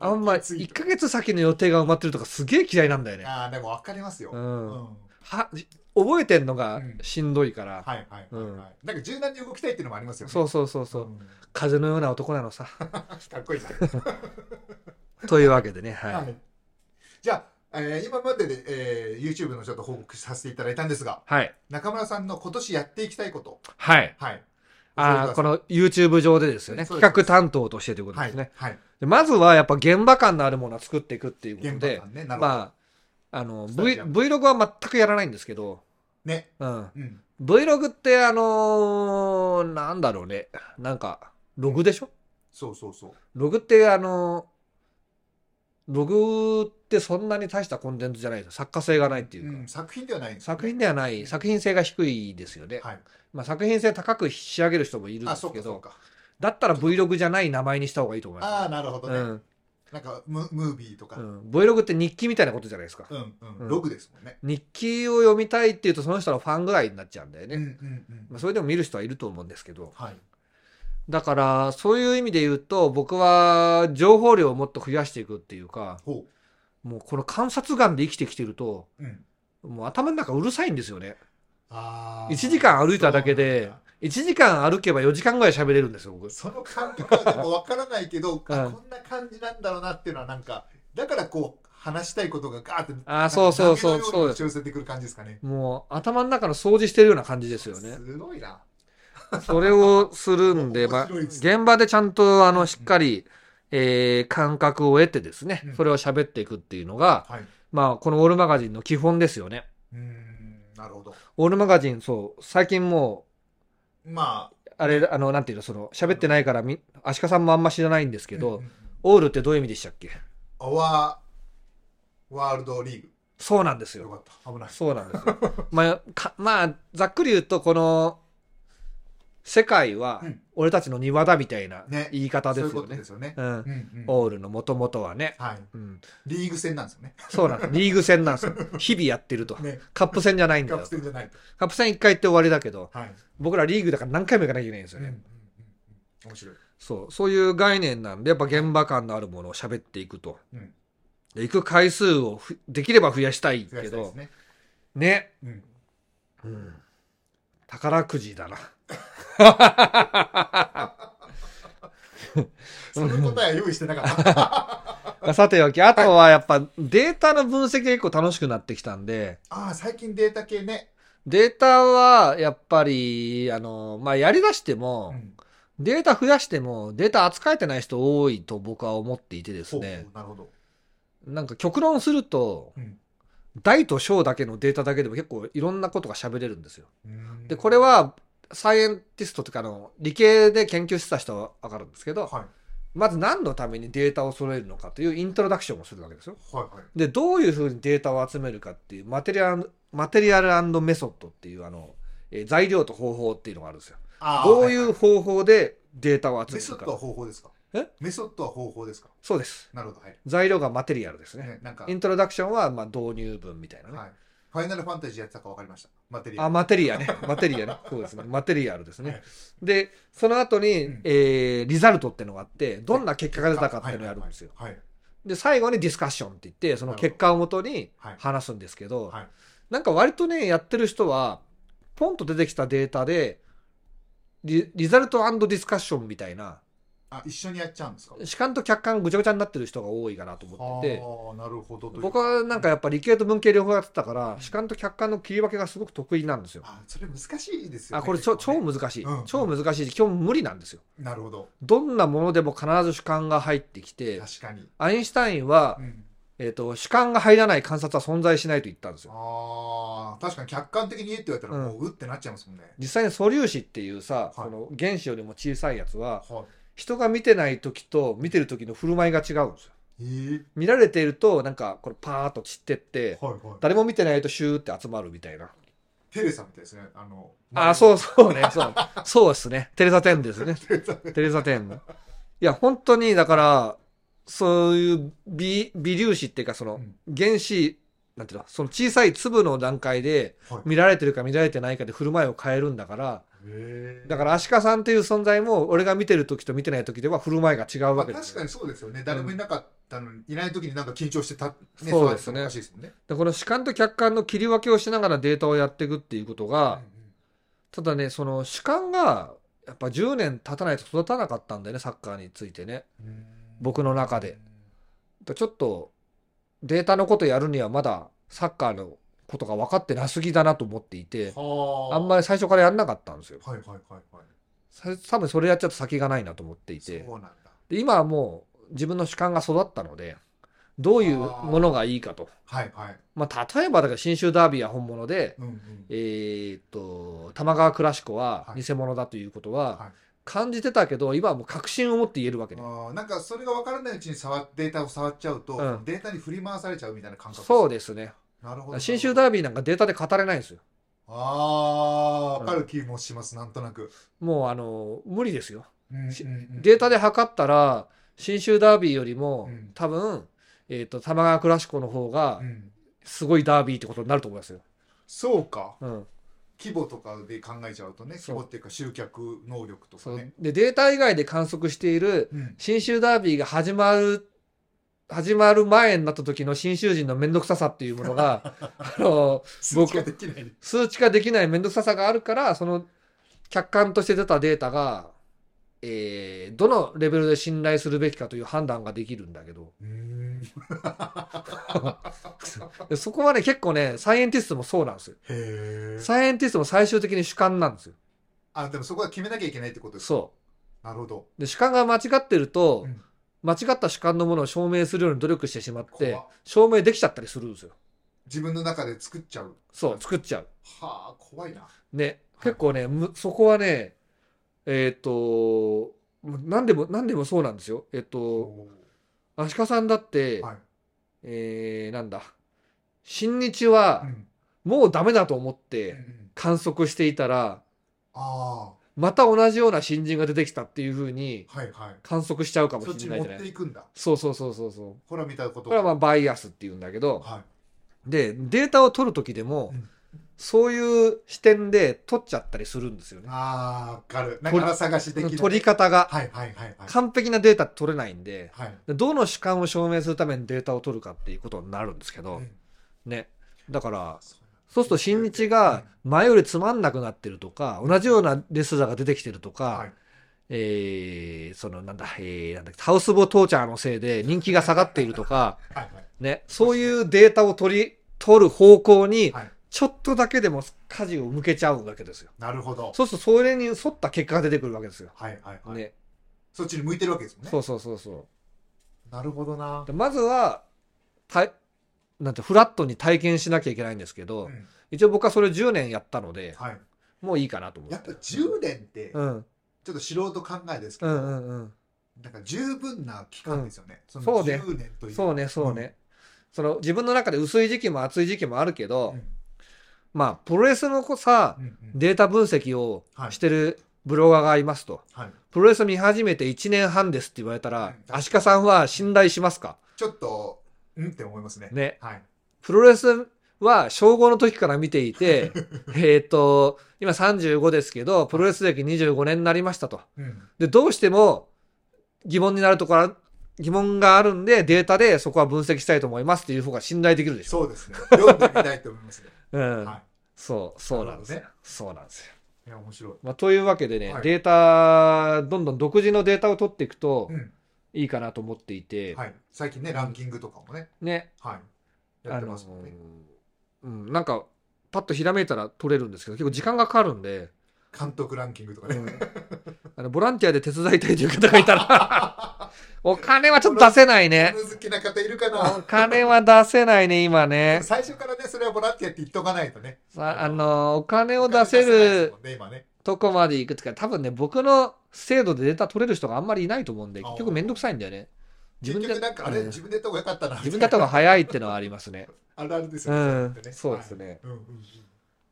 [SPEAKER 2] あんま、
[SPEAKER 1] つい
[SPEAKER 2] 1ヶ月先の予定が埋まってるとかすげえ嫌いなんだよね。
[SPEAKER 1] ああ、でも分かりますよ。
[SPEAKER 2] う。
[SPEAKER 1] うん
[SPEAKER 2] は、
[SPEAKER 1] ん。
[SPEAKER 2] 覚えてんの
[SPEAKER 1] う
[SPEAKER 2] が
[SPEAKER 1] ん
[SPEAKER 2] しんどいか
[SPEAKER 1] は
[SPEAKER 2] ら。
[SPEAKER 1] いはいはい、
[SPEAKER 2] うん
[SPEAKER 1] はい。なんか柔軟に動きたいっていうのもありますよね。
[SPEAKER 2] そうそうそうそう。
[SPEAKER 1] ん
[SPEAKER 2] 風のような男なのさ。
[SPEAKER 1] かっこいいな。
[SPEAKER 2] というわけでね、
[SPEAKER 1] は
[SPEAKER 2] はい。
[SPEAKER 1] い。じゃあ、えー今までで、えー YouTube のちょっと報告させていただいたんですが、
[SPEAKER 2] はい。
[SPEAKER 1] 中村さんの今年やっていきたいこと。
[SPEAKER 2] はい。
[SPEAKER 1] はい。
[SPEAKER 2] ああ、こ
[SPEAKER 1] の、
[SPEAKER 2] の YouTube 上でですよね。
[SPEAKER 1] そう
[SPEAKER 2] 企
[SPEAKER 1] です
[SPEAKER 2] 画担当としてということ
[SPEAKER 1] は
[SPEAKER 2] です
[SPEAKER 1] い。
[SPEAKER 2] ね。
[SPEAKER 1] はい。
[SPEAKER 2] でまずはやっぱ現場感のあるものを作っていくっていうこと
[SPEAKER 1] 現場
[SPEAKER 2] で、
[SPEAKER 1] 感ね、なるほど。
[SPEAKER 2] まあ、あの、
[SPEAKER 1] スタジ
[SPEAKER 2] v、
[SPEAKER 1] アム
[SPEAKER 2] Vlog は全くやらないんですけど、
[SPEAKER 1] ね。
[SPEAKER 2] うん。
[SPEAKER 1] うん。
[SPEAKER 2] Vlog ってあのーなんだろうね。なんか、ログでしょ
[SPEAKER 1] そうそうそう。
[SPEAKER 2] ログってあのーログってそんなに大したコンテンツじゃないですよ作家性がないっていうか。
[SPEAKER 1] うん、作品ではないんですよ
[SPEAKER 2] 作品ではない、作品性が低いですよね。
[SPEAKER 1] はい。
[SPEAKER 2] まあ、作品性高く仕上げる人もいるんで
[SPEAKER 1] あ、そ
[SPEAKER 2] す
[SPEAKER 1] う
[SPEAKER 2] け
[SPEAKER 1] かそう
[SPEAKER 2] ど、
[SPEAKER 1] か。
[SPEAKER 2] だったら Vlog じゃない名前にした方がいいと思います。
[SPEAKER 1] ああ、なるほど
[SPEAKER 2] う
[SPEAKER 1] ね。
[SPEAKER 2] ん
[SPEAKER 1] なんかム、ムービーとか。
[SPEAKER 2] う
[SPEAKER 1] うん、
[SPEAKER 2] ん、Vlog って日記みたいなことじゃないですか。
[SPEAKER 1] うん、うん
[SPEAKER 2] うん
[SPEAKER 1] ログですもんね。
[SPEAKER 2] 日記を読みたいっていうと、その人のファンぐらいになっちゃうんだよ
[SPEAKER 1] うん、う
[SPEAKER 2] ね。
[SPEAKER 1] ん、うん。
[SPEAKER 2] まあ、それでも見る人はいると思うんですけど、
[SPEAKER 1] はい。
[SPEAKER 2] だから、そういう意味で言うと、僕は情報量をもっと増やしていくっていうか、
[SPEAKER 1] ほ
[SPEAKER 2] もうこの観察眼で生きてきてると、
[SPEAKER 1] う。うん。
[SPEAKER 2] もう頭の中うるさいんですよね。
[SPEAKER 1] ああ。
[SPEAKER 2] 1時間歩いただけで、1時間歩けば4時間ぐらい喋れるんですよ、僕。
[SPEAKER 1] そうなんだ。その感覚はでもわからないけど、
[SPEAKER 2] う
[SPEAKER 1] あ
[SPEAKER 2] ん
[SPEAKER 1] こんな感じなんだろうなっていうのは、なんか、だからこう、話したいことがガーって、
[SPEAKER 2] あーそうそうそ
[SPEAKER 1] 波
[SPEAKER 2] う
[SPEAKER 1] のよ
[SPEAKER 2] そう
[SPEAKER 1] に
[SPEAKER 2] で
[SPEAKER 1] 押し寄せてくる感じですかね。
[SPEAKER 2] もう頭の中の掃除してるような感じですよ ね。
[SPEAKER 1] すごいな。
[SPEAKER 2] それをするんで、まあ、
[SPEAKER 1] 面白いです
[SPEAKER 2] 現場でちゃんとあのしっかり、えー感覚を得てですね
[SPEAKER 1] うん、
[SPEAKER 2] それを喋っていくっていうのが、
[SPEAKER 1] はい。
[SPEAKER 2] まあ、このオールマガジンの基本ですよね。
[SPEAKER 1] うーん、なるほど。
[SPEAKER 2] オールマガジン、そう、最近も
[SPEAKER 1] まあ、
[SPEAKER 2] う、あれ、あの、なんていうの、その、喋ってないからみ、アシカさんもあんま知らないんですけ
[SPEAKER 1] う
[SPEAKER 2] ど
[SPEAKER 1] んうん、
[SPEAKER 2] オールってどういう意味でしたっけ
[SPEAKER 1] アワーワールドリーグ。
[SPEAKER 2] そうなんです
[SPEAKER 1] よ
[SPEAKER 2] よ。
[SPEAKER 1] かった。危ない。
[SPEAKER 2] そうな んですよ。まあ、かまあ、ざっくり言うと、この、世界は
[SPEAKER 1] うん、
[SPEAKER 2] 俺たちの庭だみたいな
[SPEAKER 1] ね
[SPEAKER 2] 言い方で
[SPEAKER 1] そういう
[SPEAKER 2] す
[SPEAKER 1] こ
[SPEAKER 2] よ
[SPEAKER 1] と
[SPEAKER 2] ね
[SPEAKER 1] で。すよね。
[SPEAKER 2] うん
[SPEAKER 1] う。んうん。
[SPEAKER 2] オールの元々はね。
[SPEAKER 1] はい。
[SPEAKER 2] うん。
[SPEAKER 1] リーグ戦なんですよね。
[SPEAKER 2] そうなんです。リーグ戦なんですよ。日々やってると。
[SPEAKER 1] ね。
[SPEAKER 2] カップ戦じゃないんだ
[SPEAKER 1] カ
[SPEAKER 2] よ
[SPEAKER 1] ップ。戦じゃないと。
[SPEAKER 2] カップ戦1回行って終わりだけど、
[SPEAKER 1] はい。
[SPEAKER 2] 僕らリーグだから何回も行かなきゃいけないんです
[SPEAKER 1] う
[SPEAKER 2] よ
[SPEAKER 1] んうんう
[SPEAKER 2] ね。
[SPEAKER 1] んうん面白い。
[SPEAKER 2] そう。そういう概念なんで、やっぱ現場感のあるものを喋っていくと。
[SPEAKER 1] うん
[SPEAKER 2] で行く回数をふできれば増やしたい
[SPEAKER 1] 増や
[SPEAKER 2] け
[SPEAKER 1] したいです
[SPEAKER 2] ど、
[SPEAKER 1] ね。
[SPEAKER 2] ね。
[SPEAKER 1] うん。
[SPEAKER 2] うん。宝くじだな。
[SPEAKER 1] その答えは用意してなか った。
[SPEAKER 2] さておき、あとはやっぱデータの分析が結構楽しくなってきたんで、
[SPEAKER 1] ああ、最近データ系ね。
[SPEAKER 2] データはやっぱり、あの、まあ、やりだして
[SPEAKER 1] う
[SPEAKER 2] も、
[SPEAKER 1] ん。
[SPEAKER 2] データ増やしても、データ扱えてない人多いと僕は思っていてです
[SPEAKER 1] ほうほ
[SPEAKER 2] ね、
[SPEAKER 1] うなるほど。
[SPEAKER 2] なんか極論すると、
[SPEAKER 1] うん
[SPEAKER 2] 大と小だけのデータだけでも結構いろんなことが喋れるんですよ。
[SPEAKER 1] うん
[SPEAKER 2] で、これ、は、サイエンティストというか、あの、理系で研究してた人はわかるんですけど、
[SPEAKER 1] はい。
[SPEAKER 2] まず何のためにデータを揃えるのかというイントロダクションをするわけですよ。
[SPEAKER 1] はいはい。
[SPEAKER 2] で、どういうふうにデータを集めるかっていう、マテリアル、マテリアルメソッドっていう、あの、えー材料と方法っていうのがあるんですよ。
[SPEAKER 1] ああ
[SPEAKER 2] どうい
[SPEAKER 1] は
[SPEAKER 2] う方法でデータを
[SPEAKER 1] い
[SPEAKER 2] 集
[SPEAKER 1] メ
[SPEAKER 2] める
[SPEAKER 1] ソッドは
[SPEAKER 2] か。
[SPEAKER 1] 方法ですか
[SPEAKER 2] え
[SPEAKER 1] メソッドは方法ですか
[SPEAKER 2] そうです。
[SPEAKER 1] なるほど、はい。
[SPEAKER 2] 材料がマテリアルですね。
[SPEAKER 1] ね、なんか、
[SPEAKER 2] イントロダクションは、まあ、導入文みたいなね。
[SPEAKER 1] はい。ファイナルファンタジーやってたか分かりました。マテリア
[SPEAKER 2] あ、
[SPEAKER 1] ル。
[SPEAKER 2] マテリアね。マテリアね。そうですね。マテリアルです
[SPEAKER 1] は
[SPEAKER 2] ね
[SPEAKER 1] い。
[SPEAKER 2] で、その後に、
[SPEAKER 1] うん
[SPEAKER 2] えーリザルトってのがあって、どんな結果が出たかっていうのをやるんですよ。
[SPEAKER 1] はい。
[SPEAKER 2] で、最後にディスカッションって言って、その結果をもとに
[SPEAKER 1] はい
[SPEAKER 2] 話すんですけど、
[SPEAKER 1] はい
[SPEAKER 2] なんか割とね、やってる人は、ポンと出てきたデータで、リリザルトディスカッションみたいな、
[SPEAKER 1] あ、一緒にやっちゃうんですか
[SPEAKER 2] 主観と客観ぐちゃぐちゃになってる人が多いかなと思ってて、
[SPEAKER 1] ああ、なるほどという。
[SPEAKER 2] 僕はなんかやっぱ理系と文系両方やってたから、主観と客観の切り分けがすごく得意なんですよ。
[SPEAKER 1] あ、それ難しいですよ、ね。
[SPEAKER 2] あ、これ超
[SPEAKER 1] 結構
[SPEAKER 2] 超
[SPEAKER 1] ね
[SPEAKER 2] 難しい
[SPEAKER 1] うん。
[SPEAKER 2] 超難しいし、基本無理なんですよ。
[SPEAKER 1] なるほど。
[SPEAKER 2] どんなものでも必ず主観が入ってきて、
[SPEAKER 1] 確かに。
[SPEAKER 2] アインシュタインは
[SPEAKER 1] う、ん、
[SPEAKER 2] えっ、と、主観が入らない観察は存在しないと言ったんですよ。
[SPEAKER 1] ああ、確かに客観的に言えって言われたら、もううってなっちゃいますもんね。
[SPEAKER 2] 実際に素粒子っていうさ、
[SPEAKER 1] はい
[SPEAKER 2] この原子よりも小さいやつは、
[SPEAKER 1] は
[SPEAKER 2] 人が見てない時と見てる時の振る舞いが違うんですよ。
[SPEAKER 1] い。え
[SPEAKER 2] 見られていると、なんかこれパーッと散ってって
[SPEAKER 1] え、はいはい。
[SPEAKER 2] 誰も見てないとシューって集まるみたいな。
[SPEAKER 1] テレサみたいですね。あの、
[SPEAKER 2] あ、 そうそうね、そう。そうですね。テレサ・テンですね。
[SPEAKER 1] テレサね
[SPEAKER 2] テレサ・テンの。いや、本当に、だから、そういう微微粒子っていうか、その
[SPEAKER 1] うん、
[SPEAKER 2] 原子、なんていうの、その小さい粒の段階で、
[SPEAKER 1] はい
[SPEAKER 2] 見られてるか見られてないかで振る舞いを変えるんだから、
[SPEAKER 1] へー
[SPEAKER 2] だから、アシカさんっていう存在も、俺が見てる時と見てない時では振る舞いが違う
[SPEAKER 1] まあ
[SPEAKER 2] わけで
[SPEAKER 1] 確
[SPEAKER 2] すよ。
[SPEAKER 1] かにそうですよね。誰もいなかったのに、いない時になんか緊張してた、ね、
[SPEAKER 2] そうですね
[SPEAKER 1] 座ってたのおかしいですもんね。
[SPEAKER 2] でこの主観と客観の切り分けをしながらデータをやっていくっていうことが、ただねその主観がやっぱ10年経たないと育たなかったんだよねサッカーについてね
[SPEAKER 1] うんうん
[SPEAKER 2] 僕の中で。だちょっとデータのことやるにはまだサッカーのことが分かってなすぎだなと思っていて
[SPEAKER 1] はあ。
[SPEAKER 2] あんま
[SPEAKER 1] り。
[SPEAKER 2] り最初からやんなかったんですよ
[SPEAKER 1] はいはいはいはい。
[SPEAKER 2] さ多分それやっちゃうと先がないなと思っていて
[SPEAKER 1] そうなんだ。
[SPEAKER 2] で今はもう自分の主観が育ったのでどういうものがいいかと
[SPEAKER 1] はいはい。
[SPEAKER 2] まあ例えばだから信州ダービーは本物で、
[SPEAKER 1] うんうん。
[SPEAKER 2] えーっと玉川クラシコは
[SPEAKER 1] はい
[SPEAKER 2] 偽物だということは、
[SPEAKER 1] はい
[SPEAKER 2] 感じてたけど今はもう確信を持って言えるわけね、
[SPEAKER 1] あーなんかそれが分からないうちに触っデータを触っちゃうと、
[SPEAKER 2] うん
[SPEAKER 1] データに振り回されちゃうみたいな感覚
[SPEAKER 2] そう
[SPEAKER 1] で
[SPEAKER 2] ですね
[SPEAKER 1] すなるほど
[SPEAKER 2] 信州
[SPEAKER 1] ー
[SPEAKER 2] ダービーなんかデータで語れないんですよ
[SPEAKER 1] あー
[SPEAKER 2] うん
[SPEAKER 1] 分かる気もしますなんとなく、
[SPEAKER 2] もうあの無理ですよ
[SPEAKER 1] うん
[SPEAKER 2] し
[SPEAKER 1] うんうん
[SPEAKER 2] データで測ったら信州ダービーよりも、
[SPEAKER 1] うん
[SPEAKER 2] 多分、えーっと玉川クラシコの方が
[SPEAKER 1] うん
[SPEAKER 2] すごいダービーってことになると思いますよ、
[SPEAKER 1] そうか
[SPEAKER 2] うん
[SPEAKER 1] 規模とかで考えちゃうとね規
[SPEAKER 2] そう
[SPEAKER 1] 模っていうか集客能力とか
[SPEAKER 2] そう
[SPEAKER 1] ね
[SPEAKER 2] でデータ以外で観測している
[SPEAKER 1] うん
[SPEAKER 2] 信州ダービーが始まる、始まる前になった時の信州人のめんどくささっていうも のが、あの、
[SPEAKER 1] 数値ができないね
[SPEAKER 2] 数値化できないめんどくささがあるから、その客観として出たデータが、えーどのレベルで信頼するべきかという判断ができるんだけど、
[SPEAKER 1] うーん
[SPEAKER 2] でそこはね、結構ね、サイエンティストもそうなんですよ。
[SPEAKER 1] へえ
[SPEAKER 2] サイエンティストも最終的に主観なんですよ。
[SPEAKER 1] あでもそこは決めなきゃいけないってことですか
[SPEAKER 2] そ
[SPEAKER 1] なるほど
[SPEAKER 2] う。で、主観が間違ってると
[SPEAKER 1] うん、
[SPEAKER 2] 間違った主観のものを証明するように努力してしまって
[SPEAKER 1] 怖っ、
[SPEAKER 2] 証明できちゃったりするんですよ。
[SPEAKER 1] 自分の中で作っちゃう
[SPEAKER 2] そう、作っちゃう。
[SPEAKER 1] はあ怖いな
[SPEAKER 2] ね、
[SPEAKER 1] はい
[SPEAKER 2] 結構ね、むそこはね、えっ、と、何でも、何でもそうなんですよ。えっ、と、
[SPEAKER 1] お
[SPEAKER 2] アシカさんだって、
[SPEAKER 1] ーはい、
[SPEAKER 2] えー、なんだ、新日は
[SPEAKER 1] うん
[SPEAKER 2] もうダメだと思っ
[SPEAKER 1] うんう
[SPEAKER 2] て
[SPEAKER 1] ん
[SPEAKER 2] 観測していたら、
[SPEAKER 1] あ
[SPEAKER 2] また同じような新人が出てきたっていうふうに
[SPEAKER 1] あはいはい
[SPEAKER 2] 観測しちゃうかも
[SPEAKER 1] そっ
[SPEAKER 2] し
[SPEAKER 1] ち
[SPEAKER 2] れ
[SPEAKER 1] に
[SPEAKER 2] な
[SPEAKER 1] 持っ
[SPEAKER 2] いじゃな
[SPEAKER 1] て
[SPEAKER 2] い。
[SPEAKER 1] いくんだ
[SPEAKER 2] そうそうそうそうそう。
[SPEAKER 1] ほら見たこと
[SPEAKER 2] これはまあバイアスって言うんだけど、
[SPEAKER 1] はい
[SPEAKER 2] で、データを取る時でも
[SPEAKER 1] うん、
[SPEAKER 2] そういう視点で取っちゃったりするんですよね。
[SPEAKER 1] ああ、わかる。なんか探しできない。
[SPEAKER 2] 取り方が。
[SPEAKER 1] はいはいはいはい。
[SPEAKER 2] 完璧なデータ取れないんで、
[SPEAKER 1] はい。
[SPEAKER 2] どの主観を証明するためにデータを取るかっていうことになるんですけど、
[SPEAKER 1] うん
[SPEAKER 2] ね。だから、
[SPEAKER 1] そう
[SPEAKER 2] そうすると新日が前よりつまんなくなってるとか、同じようなレスラーが出てきてるとか、
[SPEAKER 1] はい
[SPEAKER 2] えー、そのなんだ、えー、なんだっけハウスボトーチャーのせいで人気が下がっているとか、
[SPEAKER 1] はいはい
[SPEAKER 2] ね、そういうデータを取り、取る方向に
[SPEAKER 1] はい、
[SPEAKER 2] ちょっとだけでも舵を向けちゃうわけですよ。
[SPEAKER 1] なるほど。
[SPEAKER 2] そうするとそれに沿った結果が出てくるわけですよ。
[SPEAKER 1] はいはいはい。
[SPEAKER 2] ね。
[SPEAKER 1] そっちに向いてるわけですもんね。
[SPEAKER 2] そうそうそうそう。
[SPEAKER 1] なるほどな。
[SPEAKER 2] でまずはたいなんてフラットに体験しなきゃいけないんですけど、
[SPEAKER 1] うん
[SPEAKER 2] 一応僕はそれ10年やったので
[SPEAKER 1] はい。
[SPEAKER 2] もういいかなと思って
[SPEAKER 1] やっぱ10年って、ち
[SPEAKER 2] う
[SPEAKER 1] ょ
[SPEAKER 2] ん
[SPEAKER 1] っと素人考えですけ
[SPEAKER 2] う
[SPEAKER 1] ど、
[SPEAKER 2] んうん
[SPEAKER 1] なんか十分な期間ですよね。そ
[SPEAKER 2] そ
[SPEAKER 1] の
[SPEAKER 2] うね
[SPEAKER 1] 10年とい
[SPEAKER 2] うん
[SPEAKER 1] う。
[SPEAKER 2] そうねそうね、その自分の中で薄い時期も厚い時期もあるけ
[SPEAKER 1] う
[SPEAKER 2] ど、
[SPEAKER 1] ん。
[SPEAKER 2] まあプロレスの子さ
[SPEAKER 1] うんうん
[SPEAKER 2] データ分析を
[SPEAKER 1] はい
[SPEAKER 2] してるブロガーがいますと、
[SPEAKER 1] はい。
[SPEAKER 2] プロレス見始めて1年半ですって言われたら、
[SPEAKER 1] うん
[SPEAKER 2] アシカさんは信頼しますか
[SPEAKER 1] ちょっと、うんって思いますね。
[SPEAKER 2] ね
[SPEAKER 1] はい。
[SPEAKER 2] プロレスは小5の時から見て いて、えっと、今35ですけど、プロレス歴25年になりましたと。
[SPEAKER 1] うん。
[SPEAKER 2] で、どうしても疑問になるところ、疑問があるんで、データでそこは分析したいと思いますっていう方が信頼できるでしょ。
[SPEAKER 1] そうですね。読んでみたいと思いますね。
[SPEAKER 2] うん。
[SPEAKER 1] はい
[SPEAKER 2] そう、そうなんですよ
[SPEAKER 1] なる。
[SPEAKER 2] そうなんですよ。
[SPEAKER 1] いや、面白い。
[SPEAKER 2] まあ、というわけでね、
[SPEAKER 1] はい
[SPEAKER 2] データ、どんどん独自のデータを取っていくと
[SPEAKER 1] うん。
[SPEAKER 2] いいかなと思っていて、
[SPEAKER 1] はい。最近ね、ランキングとかもね、
[SPEAKER 2] ね、
[SPEAKER 1] はい。やってますもんね。
[SPEAKER 2] あのーうん、なんか、パッとひらめいたら取れるんですけど、結構時間がかかるんで、
[SPEAKER 1] 監督ランキングとかね。
[SPEAKER 2] あのボランティアで手伝いたいという方がいた ら、お金はちょっと出せないね。
[SPEAKER 1] 犬好きな方いるか
[SPEAKER 2] お
[SPEAKER 1] な
[SPEAKER 2] 金は出せないね、今ね。
[SPEAKER 1] 最初からね、それはボランティアって言っとかないとね。
[SPEAKER 2] さあのー、お金を出せ
[SPEAKER 1] お金ないです
[SPEAKER 2] る
[SPEAKER 1] もんね、今ね。
[SPEAKER 2] とこまで行くつか、多分ね、僕の制度でデータ取れる人があんまりいないと思うんで、
[SPEAKER 1] あー
[SPEAKER 2] 結局めんどくさいんだよね。
[SPEAKER 1] 結局なんか、あれ、
[SPEAKER 2] うん
[SPEAKER 1] 自分でやった方が良かったな。
[SPEAKER 2] 自分だった方が早いってのはありますね。
[SPEAKER 1] あるあるです
[SPEAKER 2] う
[SPEAKER 1] よね。
[SPEAKER 2] ん
[SPEAKER 1] れって。ね
[SPEAKER 2] そうですね。
[SPEAKER 1] うんうんうん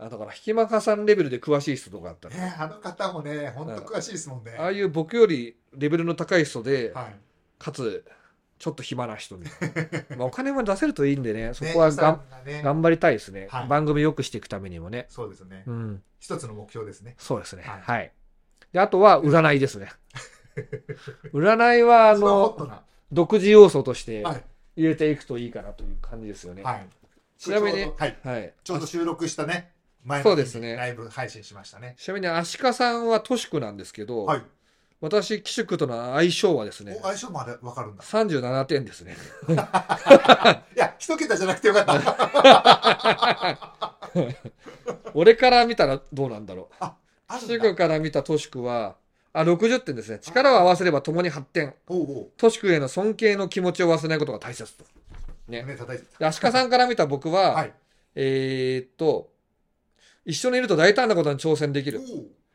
[SPEAKER 2] あだから、ひきまかさんレベルで詳しい人とかあったら、
[SPEAKER 1] ねあの方もね、本当詳しいですもんね。
[SPEAKER 2] ああいう僕よりレベルの高い人で、
[SPEAKER 1] はい。
[SPEAKER 2] かつ、ちょっと暇 な人で、まあ、お金も出せるといいんでね、そこは
[SPEAKER 1] ね
[SPEAKER 2] がん、
[SPEAKER 1] 予算がね
[SPEAKER 2] 頑張りたいですね、
[SPEAKER 1] はい
[SPEAKER 2] 番組良くしていくためにもね。
[SPEAKER 1] そうですね。
[SPEAKER 2] うん、
[SPEAKER 1] 一つの目標ですね。
[SPEAKER 2] そうですね。は
[SPEAKER 1] はいい。
[SPEAKER 2] で、あとは占いです ね。占いは、あ
[SPEAKER 1] あの、ホッ
[SPEAKER 2] の
[SPEAKER 1] ト、な。
[SPEAKER 2] 独自要素として
[SPEAKER 1] はい。
[SPEAKER 2] 入れていくといいかなという感じですよね。は
[SPEAKER 1] はい。
[SPEAKER 2] ちなみに
[SPEAKER 1] ょうどはい。
[SPEAKER 2] い。
[SPEAKER 1] ちょうど収録したね、前
[SPEAKER 2] そう
[SPEAKER 1] の
[SPEAKER 2] です
[SPEAKER 1] 日
[SPEAKER 2] ね
[SPEAKER 1] にライブ配信しましたね。
[SPEAKER 2] ちなみに、アシカさんは都市区なんですけど、
[SPEAKER 1] はい。
[SPEAKER 2] 私、寄宿との相性はですね
[SPEAKER 1] お、相性までわかるんだ。
[SPEAKER 2] 37点ですね。
[SPEAKER 1] いや、一桁じゃなくてよ かった。
[SPEAKER 2] 俺から見たらどうなんだろう。
[SPEAKER 1] ある
[SPEAKER 2] 寄
[SPEAKER 1] ん
[SPEAKER 2] 宿
[SPEAKER 1] だ。
[SPEAKER 2] から見た都市区は、あ、60点ですね。力を合わせれば共に発展。
[SPEAKER 1] おうおう。
[SPEAKER 2] 都市区への尊敬の気持ちを忘れないことが大切と。
[SPEAKER 1] 胸叩いて
[SPEAKER 2] でアシカさんから見た僕
[SPEAKER 1] た。
[SPEAKER 2] は、
[SPEAKER 1] はい。
[SPEAKER 2] えーっと、一緒にいると大胆なことに挑戦でき
[SPEAKER 1] お
[SPEAKER 2] る。
[SPEAKER 1] う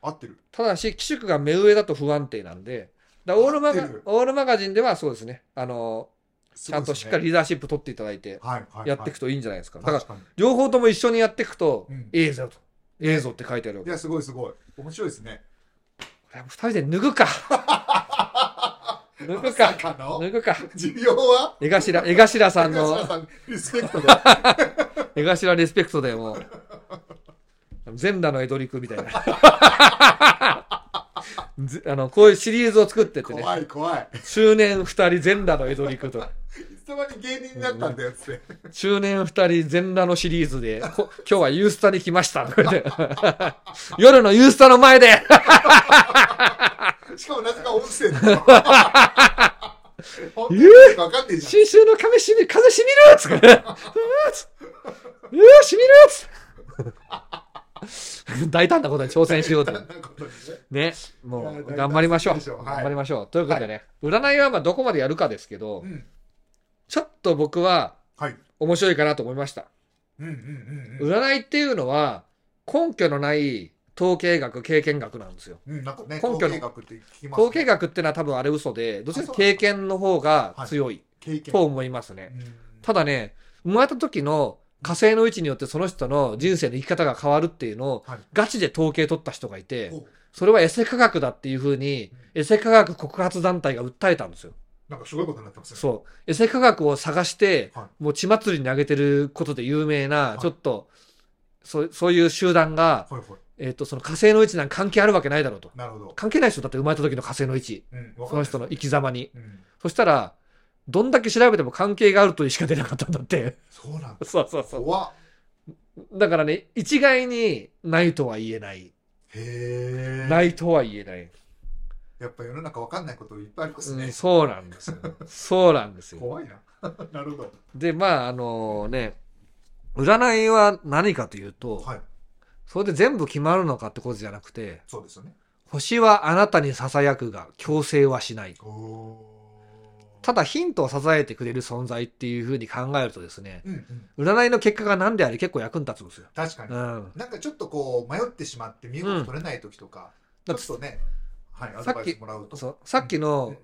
[SPEAKER 1] 合ってる。
[SPEAKER 2] ただし、寄宿が目上だと不安定なんで、だオールマ
[SPEAKER 1] 合
[SPEAKER 2] ガ
[SPEAKER 1] ってる、
[SPEAKER 2] オールマガジンではそうですね、あの、ちゃんとしっかりリーダーシップ取っていただいて、
[SPEAKER 1] はいはいはい
[SPEAKER 2] やっていくといいんじゃないですか。だから、
[SPEAKER 1] 確かに
[SPEAKER 2] 両方とも一緒にやっていくと
[SPEAKER 1] うん、
[SPEAKER 2] ええぞと、ええぞって書いてあるわ
[SPEAKER 1] い
[SPEAKER 2] け。
[SPEAKER 1] やすごいすごい面白いですね
[SPEAKER 2] これ二人で脱ぐ か。脱ぐ
[SPEAKER 1] ま
[SPEAKER 2] か
[SPEAKER 1] さ。かの
[SPEAKER 2] 脱ぐか。
[SPEAKER 1] 需要は
[SPEAKER 2] 江頭、江頭さんの
[SPEAKER 1] 東、山さんリスペクト で
[SPEAKER 2] 江頭リスペクトでもう、全裸の江戸陸みたいな。 ぜあの、こういうシリーズを作ってってね、
[SPEAKER 1] 怖い怖い
[SPEAKER 2] 中年二人全裸の江戸陸と、
[SPEAKER 1] いつの間に芸人になったんだよっつって
[SPEAKER 2] 中年二人全裸のシリーズで、こ今日はユースタに来ました。 これで夜のユースタの前で、
[SPEAKER 1] しかもなぜか音 声だよ本当に分かんねえじ
[SPEAKER 2] 新州の亀しみ、風しみるつって、うわつうわしみるつって 大胆なことに挑戦しようと
[SPEAKER 1] ゃん。そんなことにね
[SPEAKER 2] ね、も
[SPEAKER 1] いや
[SPEAKER 2] う頑張りましょう。
[SPEAKER 1] 大丈夫でしょうはい
[SPEAKER 2] 頑張りましょう。ということでね、占いはまあどこまでやるかですけど、
[SPEAKER 1] うん
[SPEAKER 2] ちょっと僕は
[SPEAKER 1] はい
[SPEAKER 2] 面白いかなと思いました。
[SPEAKER 1] うんうんうんうん
[SPEAKER 2] 占いっていうのは根拠のない統計学、経験学なんですよ。
[SPEAKER 1] うんなんかね
[SPEAKER 2] 根拠
[SPEAKER 1] 統
[SPEAKER 2] の
[SPEAKER 1] 計学って聞きますね
[SPEAKER 2] 統計学ってのは多分あれ嘘で、どちら
[SPEAKER 1] あ
[SPEAKER 2] かと
[SPEAKER 1] そう
[SPEAKER 2] いうと経験の方が強い
[SPEAKER 1] 経験
[SPEAKER 2] と思いますね。
[SPEAKER 1] うん
[SPEAKER 2] ただね、生まれた時の火星の位置によってその人の人生の生き方が変わるっていうのを
[SPEAKER 1] はい
[SPEAKER 2] ガチで統計取った人がいて、
[SPEAKER 1] お
[SPEAKER 2] それはエセ科学だっていうふうに、エセ科学告発団体が訴えたんですよ。
[SPEAKER 1] なんかすごいことになってますね
[SPEAKER 2] そう。エセ科学を探して、
[SPEAKER 1] は
[SPEAKER 2] もう血祭りにあげてることで有名な、
[SPEAKER 1] はい
[SPEAKER 2] ちょっと、そうそういう集団が、
[SPEAKER 1] はいは
[SPEAKER 2] えっ、と、その火星の位置なんか関係あるわけないだろうと。
[SPEAKER 1] いなるほど
[SPEAKER 2] 関係ない人だって生まれた時の火星の位置。
[SPEAKER 1] うんわか
[SPEAKER 2] そ
[SPEAKER 1] ん
[SPEAKER 2] の
[SPEAKER 1] ない
[SPEAKER 2] 人の生き様に。
[SPEAKER 1] うん
[SPEAKER 2] そしたら、どんだけ調べても関係があるというしか出なかったんだって。
[SPEAKER 1] そうなんだ
[SPEAKER 2] そうそうそ
[SPEAKER 1] 怖っ
[SPEAKER 2] う。だからね、一概にないとは言えない。
[SPEAKER 1] へえ
[SPEAKER 2] ないとは言えない。
[SPEAKER 1] やっぱ世の中わかんないこといっぱいあります
[SPEAKER 2] うん、
[SPEAKER 1] ね。
[SPEAKER 2] そうなんで すよ。そうなんですよ。
[SPEAKER 1] 怖いな。 なるほど。
[SPEAKER 2] で、まあ、あのね、占いは何かというと、
[SPEAKER 1] はい。
[SPEAKER 2] それで全部決まるのかってことじゃなくて、
[SPEAKER 1] そうですよね。
[SPEAKER 2] 星はあなたに囁くが、強制はしない。
[SPEAKER 1] おお。
[SPEAKER 2] ただヒントを支えてくれる存在っていうふうに考えるとですね、
[SPEAKER 1] うんうん。
[SPEAKER 2] 占いの結果が何であれ結構役に立つんですよ。
[SPEAKER 1] 確かに
[SPEAKER 2] う。ん。
[SPEAKER 1] なんかちょっとこう迷ってしまって身動き取れない時とか、
[SPEAKER 2] だって
[SPEAKER 1] ちょっとね、はい、ア
[SPEAKER 2] さ
[SPEAKER 1] ド
[SPEAKER 2] っき
[SPEAKER 1] バイスもらうと。
[SPEAKER 2] そうさっき
[SPEAKER 1] うん
[SPEAKER 2] の
[SPEAKER 1] うん